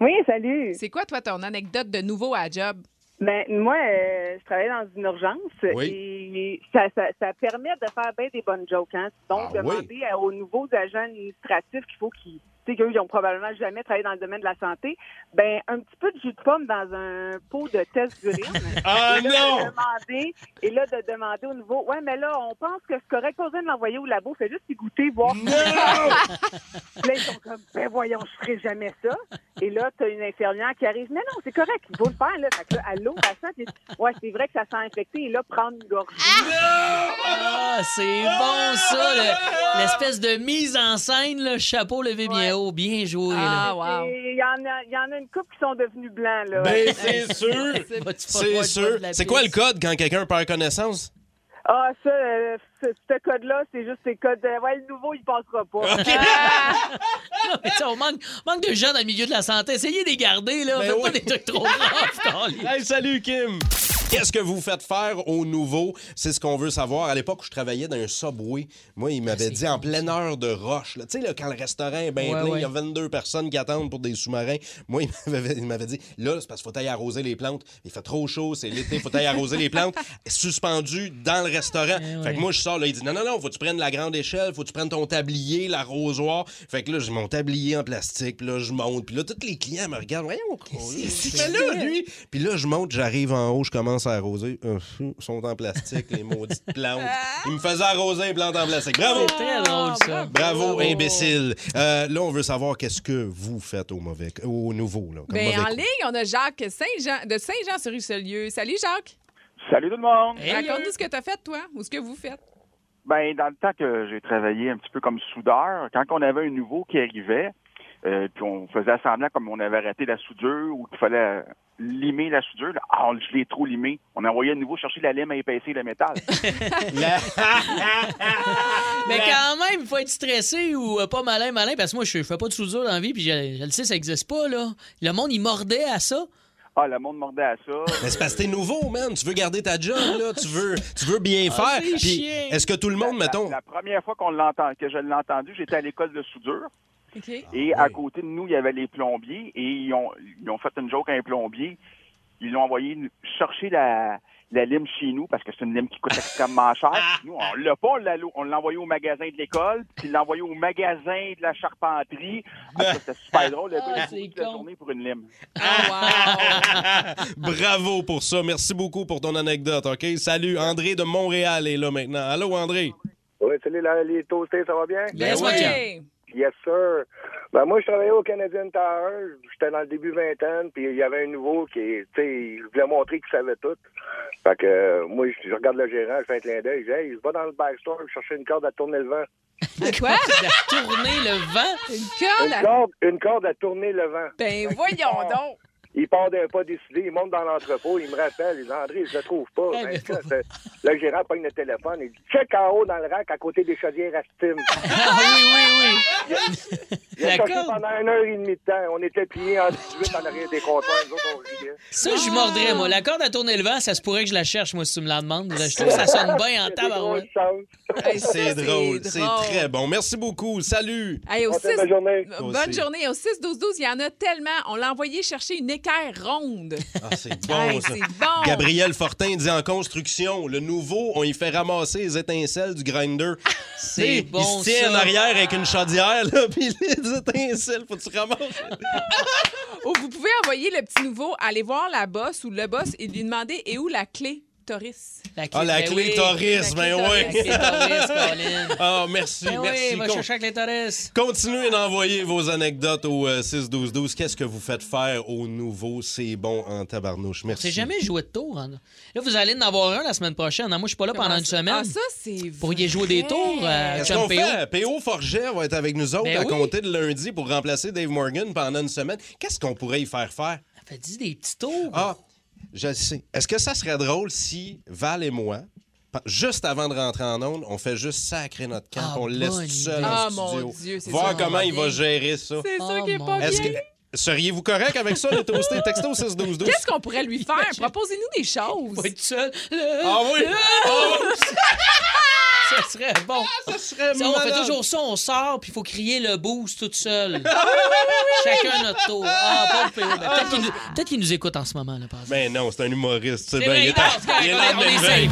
S20: Oui, salut.
S5: C'est quoi, toi, ton anecdote de nouveau à la job?
S20: Ben, moi, euh, je travaillais dans une urgence
S5: Oui.
S20: et ça, ça, ça permet de faire bien des bonnes jokes. Hein. Donc,
S5: Ah oui.
S20: demander à- aux nouveaux agents administratifs qu'il faut qu'ils tu sais, qu'eux, ils ont probablement jamais travaillé dans le domaine de la santé, ben un petit peu de jus de pomme dans un pot de test d'urine.
S4: Ah,
S20: Et là,
S4: non!
S20: de demander- et là, de demander au nouveau, ouais, mais là, on pense que c'est correct, pas besoin de l'envoyer au labo, fais juste y goûter, voir. Puis là, ils sont comme, ben voyons, je ferai jamais ça. Et là, t'as une infirmière qui arrive, mais non, c'est correct, il faut le faire, là. Fait que là, allô, patient, puis, ouais, c'est vrai que ça sent infecté, et là, prendre une gorgée.
S6: Ah, c'est bon, ça. le- L'espèce de mise en scène, le chapeau levé bien haut. Bien joué. là.
S5: Ah,
S20: Et Il y, en a- il y en a une couple qui sont devenus blancs, là.
S4: Ben, c'est sûr! C'est sûr. C'est quoi le code quand quelqu'un perd connaissance?
S20: Ah, ça, euh, ce, ce code-là, c'est juste ces codes. euh, ouais, le nouveau, il passera pas.
S6: Non, mais tu sais, on manque, manque de gens dans le milieu de la santé. Essayez de les garder, là. Faites pas des trucs trop graves,
S4: Hey, salut Kim! Qu'est-ce que vous faites faire aux nouveaux? C'est ce qu'on veut savoir. À l'époque, je travaillais dans un Subway. Moi, il m'avait dit en pleine heure de roche. là. Tu sais, là, quand le restaurant est bien
S16: Ouais,
S4: plein, il
S16: ouais.
S4: y a 22 personnes qui attendent pour des sous-marins. Moi, il m'avait- il m'avait dit, là, c'est parce qu'il faut aller arroser les plantes. Il fait trop chaud, c'est l'été, il faut aller arroser les plantes. Suspendu dans le restaurant. Fait que moi, je sors, là, il dit, non, non, non, faut que tu prennes la grande échelle, faut que tu prennes ton tablier, l'arrosoir. Fait que là, j'ai mon tablier en plastique, puis là, je monte. Puis là, tous les clients me regardent, voyons, qu'est-ce qu'il fait là, lui? Puis là, je monte, j'arrive en haut, je commence à arroser. Euh, ils sont en plastique, les maudites plantes. Ils me faisaient arroser les plantes en plastique. Bravo!
S6: C'est très drôle, ça.
S4: Bravo, imbécile. Euh, là, on veut savoir qu'est-ce que vous faites au mauvais, au nouveau. Là, comme
S5: Ben,
S4: mauvais
S5: en
S4: coup.
S5: ligne, on a Jacques Saint-Jean, de Saint-Jean-sur-Richelieu. Salut, Jacques.
S21: Salut tout le monde!
S6: euh.
S5: Raconte-nous ce que t'as fait, toi, ou ce que vous faites.
S21: Ben, dans le temps que j'ai travaillé un petit peu comme soudeur, quand on avait un nouveau qui arrivait, euh, puis on faisait semblant comme on avait raté la soudure ou qu'il fallait euh, limer la soudure, là, ah, on- je l'ai trop limé. On envoyait un nouveau chercher la lime à épaissir le métal.
S6: Mais quand même, il faut être stressé ou euh, pas malin, malin, parce que moi, je, je fais pas de soudure dans la vie, puis je, je le sais, ça existe pas, là. Le monde, il mordait à ça.
S21: Ah, le monde mordait à ça.
S4: Mais c'est parce que t'es nouveau, man. Tu veux garder ta job, là. Tu veux, tu veux bien
S21: Ah,
S4: faire.
S21: c'est
S4: Puis,
S21: chiant.
S4: est-ce que tout le monde,
S21: La-
S4: mettons.
S21: La, première fois qu'on l'entend, que je l'ai entendu, j'étais à l'école de soudure.
S5: OK.
S10: Ah,
S21: Et à côté de nous, il y avait les plombiers et ils ont, ils ont fait une joke à un plombier. Ils l'ont envoyé nous- chercher la, la lime chez nous parce que c'est une lime qui coûte extrêmement cher. Nous, on l'a pas, on l'a- on l'a envoyé au magasin de l'école, puis il l'a envoyé au magasin de la charpenterie. Ah, ça, C'était super drôle, le gars, il a couru toute la journée pour une lime.
S4: Bravo pour ça. Merci beaucoup pour ton anecdote, OK? Salut. André de Montréal est là maintenant. Allô, André?
S22: Oui, salut là, les toastés, ça va bien?
S4: Yes, my chum.
S22: Yes, sir. Ben, moi, je travaillais au Canadian Tower. J'étais dans le début vingtaine, puis il y avait un nouveau qui, tu sais, il voulait montrer qu'il savait tout. Fait que euh, moi, je, je regarde le gérant, je fais un clin d'œil, je dis, hey, je vais dans le backstore chercher une corde à tourner le vent.
S5: Quoi?
S6: tourner le vent?
S5: Une
S22: Une
S5: corde? à-
S22: corde, une corde à tourner le vent.
S5: Ben, voyons donc.
S22: Il part d'un pas décidé, il monte dans l'entrepôt, il me rappelle, il dit André, je le trouve pas.
S6: Eh,
S22: Ben, ça, c'est- le gérant pogne le téléphone, il dit check en haut dans le rack à côté des chaudières à steam.
S6: Ah oui,
S22: oui, oui. Il a cherché pendant une heure et demie de temps. On était pliés en 18 en arrière des comptoirs, nous autres, on riait.
S6: Ça, je mordrais, moi. La corde à tourner le vent, ça se pourrait que je la cherche, moi, si tu me la demandes. Je trouve que ça sonne bien en tabarouette.
S4: Hey, c'est drôle. C'est
S5: Ben, drôle.
S4: très bon. Merci beaucoup. Salut.
S5: Hey, au six-
S4: Toi
S5: Bonne
S4: aussi.
S5: journée. Au 6-12-12, il y en a tellement. On l'a envoyé chercher une équerre ronde.
S4: Ah, c'est bon,
S5: Hey,
S4: ça.
S5: c'est bon.
S4: Gabriel Fortin dit en construction, le nouveau, on y fait ramasser les étincelles du grinder.
S6: Ah, C'est bon,
S4: Il se tient en
S6: ça.
S4: arrière avec une chaudière, là, puis les étincelles, faut que tu ramasses.
S5: Oh, Ou vous pouvez envoyer le petit nouveau, aller voir la boss ou le boss et lui demander est où la clé. Taurus.
S4: Ah, la
S6: ben
S4: clé
S6: oui.
S4: Taurus,
S6: La clé
S4: ben
S6: Taurus,
S4: oui.
S6: la clé Taurus, Colin.
S4: Ah, merci,
S6: Ben oui,
S4: merci.
S6: va
S4: Con-
S6: chercher la clé Taurus.
S4: Continuez d'envoyer vos anecdotes au euh, 6-12-12. Qu'est-ce que vous faites faire au nouveau C'est bon en tabarnouche? Merci.
S6: C'est jamais joué de tour. hein. Là, vous allez en avoir un la semaine prochaine. hein. Moi, je suis pas là pendant une semaine.
S5: Ah, ça, c'est
S6: Pour y jouer des tours, euh,
S4: Qu'est-ce
S6: Chum
S4: qu'on
S6: PO.
S4: fait? PO Forget va être avec nous autres
S6: Ben
S4: à
S6: oui.
S4: compter de lundi pour remplacer Dave Morgan pendant une semaine. Qu'est-ce qu'on pourrait y faire faire?
S6: Fait dis des petits tours.
S4: Ah, je sais. Est-ce que ça serait drôle si Val et moi, pa- juste avant de rentrer en onde, on fait juste sacrer notre camp,
S6: Ah,
S4: on le laisse
S6: bonne
S4: tout seul
S6: idée.
S4: en
S6: Ah, mon
S4: studio,
S6: Dieu, c'est
S4: voir
S6: ça,
S4: comment
S6: on
S4: il va
S6: revient.
S4: gérer ça.
S5: C'est ça qui est pas
S4: Est-ce
S5: bien.
S4: que- Seriez-vous correct avec ça, le toasté? Texto au 6-12-12.
S5: Qu'est-ce qu'on pourrait lui faire? Proposez-nous des choses.
S6: Pas être seul.
S4: Ah oui! Ah oui!
S6: Ça serait bon.
S4: Ça serait
S6: on fait
S4: malade. Ah
S6: toujours ça, on sort, puis il faut crier le boost tout seul.
S4: oui, oui,
S6: Chacun
S4: oui.
S6: notre tour. Ah, pauvre P.O. Ben, peut-être qu'il nous- peut-être qu'il nous écoute en ce moment. Là, par exemple.
S4: Ben non, c'est un humoriste.
S6: C'est
S4: C'est bien,
S6: vrai,
S4: il est
S6: non,
S4: à-
S6: c'est correct,
S4: il est
S6: on
S4: à
S6: est- on est
S4: merveille.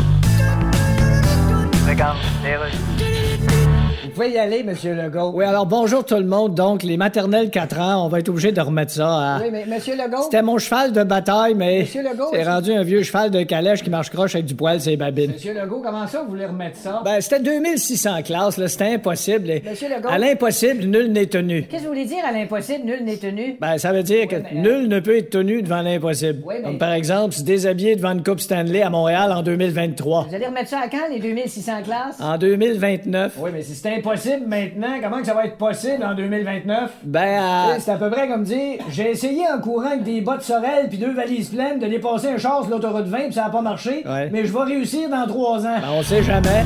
S14: Vous pouvez y aller, Monsieur Legault.
S9: Oui, alors bonjour tout le monde. Donc, les maternelles 4 ans, on va être obligé de remettre ça à...
S14: Ah. Oui, mais Monsieur Legault.
S9: C'était mon cheval de bataille, mais
S14: Monsieur Legault,
S9: c'est
S14: est-ce-
S9: rendu un vieux cheval de calèche qui marche croche avec du poil, c'est babine.
S14: Monsieur Legault, comment ça, vous voulez remettre ça? Ben,
S9: Ben, c'était 2600 classes, là, c'était impossible. et-
S14: Monsieur Legault.
S9: À l'impossible, nul n'est tenu.
S14: Qu'est-ce que vous voulez dire à l'impossible, nul n'est tenu?
S9: Ben, ça veut dire que nul ne peut être tenu devant l'impossible.
S14: euh, Oui, mais-
S9: Comme par exemple, se déshabiller devant une Coupe Stanley à Montréal en 2023.
S14: Vous allez remettre ça à quand, les 2600 classes?
S9: En 2029.
S14: Oui, mais si c'est impossible maintenant, comment que ça va être possible en 2029?
S9: Ben, à-
S14: Tu sais, C'est à peu près comme dire j'ai essayé en courant avec des bottes sorel puis deux valises pleines de dépasser un char sur l'autoroute 20 puis ça a pas marché,
S9: Ouais.
S14: mais je vais réussir dans trois ans.
S9: Ben, on sait jamais.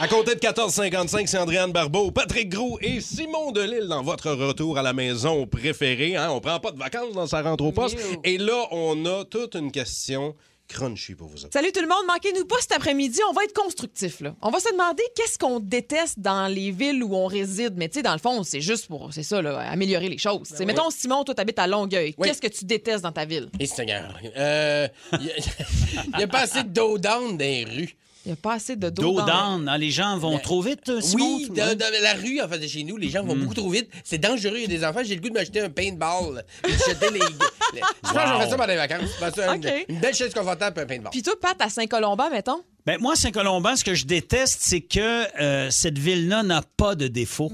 S4: À compter de 14h55, c'est Andréane Barbeau, Patrick Gros et Simon Delille dans votre retour à la maison préférée. Hein? On prend pas de vacances dans sa rentre au poste. Et là, on a toute une question crunchy pour vous autres.
S3: Salut tout le monde, manquez-nous pas cet après-midi, on va être constructif là. On va se demander qu'est-ce qu'on déteste dans les villes où on réside, mais tu sais dans le fond, c'est juste pour c'est ça là, améliorer les choses. C'est
S4: oui.
S3: mettons Simon, toi t'habites à Longueuil, qu'est-ce que tu détestes dans ta ville
S8: Et Seigneur, euh, il n'y a, pas assez d'eau down dans les rues.
S3: Il n'y a pas assez de
S8: Dos
S3: dans-
S8: down,
S23: hein, les gens vont euh,
S8: trop vite,
S23: Simon, Mm.
S8: Oui,
S23: tout le
S8: dans,
S23: monde?
S8: dans la rue, en fait, de chez nous, les gens vont beaucoup trop vite. C'est dangereux, il y a des enfants. J'ai le goût de m'acheter un paintball. Et de jeter les... les- Je pense que je vais faire ça pendant les vacances.
S4: Ben,
S8: Je vais faire ça, une-
S3: Ok.
S8: une, belle chaise confortable et un paintball.
S3: Puis toi Pat à Saint-Colomban mettons,
S23: Ben, moi, Saint-Colomban, ce que je déteste, c'est que euh, cette ville-là n'a pas de défaut.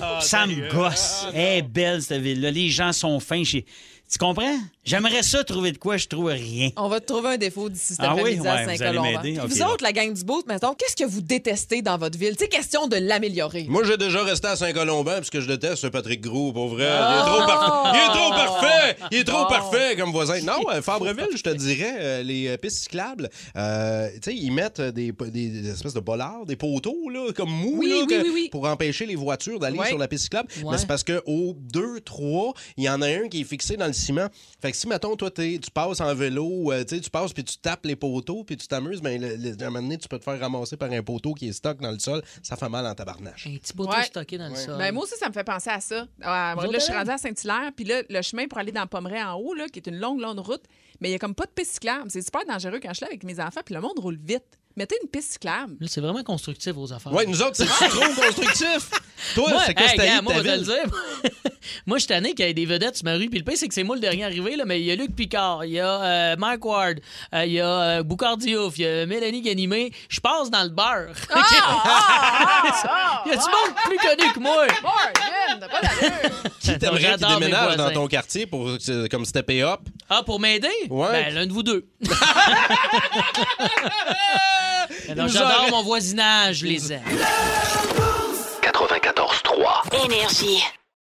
S4: Ah,
S23: ça me gosse. Elle est belle, cette ville-là. Les gens sont fins. J'ai- Tu comprends? J'aimerais ça trouver de quoi, je trouve rien.
S3: on va te trouver un défaut d'ici cet
S23: Ah oui?
S3: après-midi
S23: Ouais, vous
S3: à
S23: allez
S3: Saint-Colomban.
S23: m'aider,
S3: Puis
S23: ok,
S3: vous
S23: là.
S3: autres la gang du boat, mettons, qu'est-ce que vous détestez dans votre ville Tu sais question de l'améliorer.
S4: Moi, j'ai déjà resté à Saint-Colombin parce que je déteste ce Patrick Gros, pour vrai. Il est
S3: Ah!
S4: trop parfait. Il est trop parfait. Il est trop
S3: Bon.
S4: parfait comme voisin. Non, euh, Fabreville, je te dirais, euh, les euh, pistes cyclables, euh, tu sais, ils mettent euh, des, po- des- des espèces de bollards, des poteaux, là, comme mous,
S3: Oui,
S4: là,
S3: oui,
S4: que-
S3: oui, oui.
S4: pour empêcher les voitures d'aller
S3: Ouais.
S4: sur la piste cyclable.
S3: Ouais.
S4: Mais c'est parce qu'au 2, 3, il y en a un qui est fixé dans le ciment. Fait que si, mettons, toi, t'es- tu passes en vélo, euh, tu sais, tu passes puis tu tapes les poteaux puis tu t'amuses, ben, le- le- à un moment donné, tu peux te faire ramasser par un poteau qui est stock dans le sol. Ça fait mal en tabarnache.
S6: Un petit poteau
S5: Ouais.
S6: stocké dans le sol.
S5: Ben, moi aussi, ça me fait penser à ça. Ah,
S6: Vous autres, hein?
S5: là, je suis
S6: Hélène?
S5: rendue à Saint-Hilaire, puis là, le chemin pour aller dans Pomeray en haut, là, qui est une longue, longue route, mais il n'y a comme pas de piste cyclable. C'est super dangereux quand je suis là avec mes enfants, puis le monde roule vite. Mettez une piste cyclable.
S6: Là, c'est vraiment constructif, vos affaires.
S4: Ouais, nous autres, c'est trop constructif. Toi,
S6: Moi,
S4: c'est quoi
S6: hey,
S4: cette année
S6: gars,
S4: de
S6: moi,
S4: ta
S6: je vais te
S4: ville?
S6: le dire. moi, je suis tanné qu'il y ait des vedettes sur ma rue. Puis le pire, c'est que c'est moi le dernier arrivé. Là, mais il y a Luc Picard, il y a euh, Mike Ward, euh, il y a euh, Boucard Diouf, il y a Mélanie Ganimé. Je passe dans le beurre. il y a du monde plus connu que moi.
S4: Qui t'aimerais qui
S6: J'adore mes
S4: déménage dans
S6: voisins.
S4: ton quartier pour euh, comme step up?
S6: Ah, pour m'aider?
S4: Ouais.
S6: Ben, l'un de vous deux. Alors, J'adore mon voisinage, je les aime.
S19: 94.3.
S2: Énergie.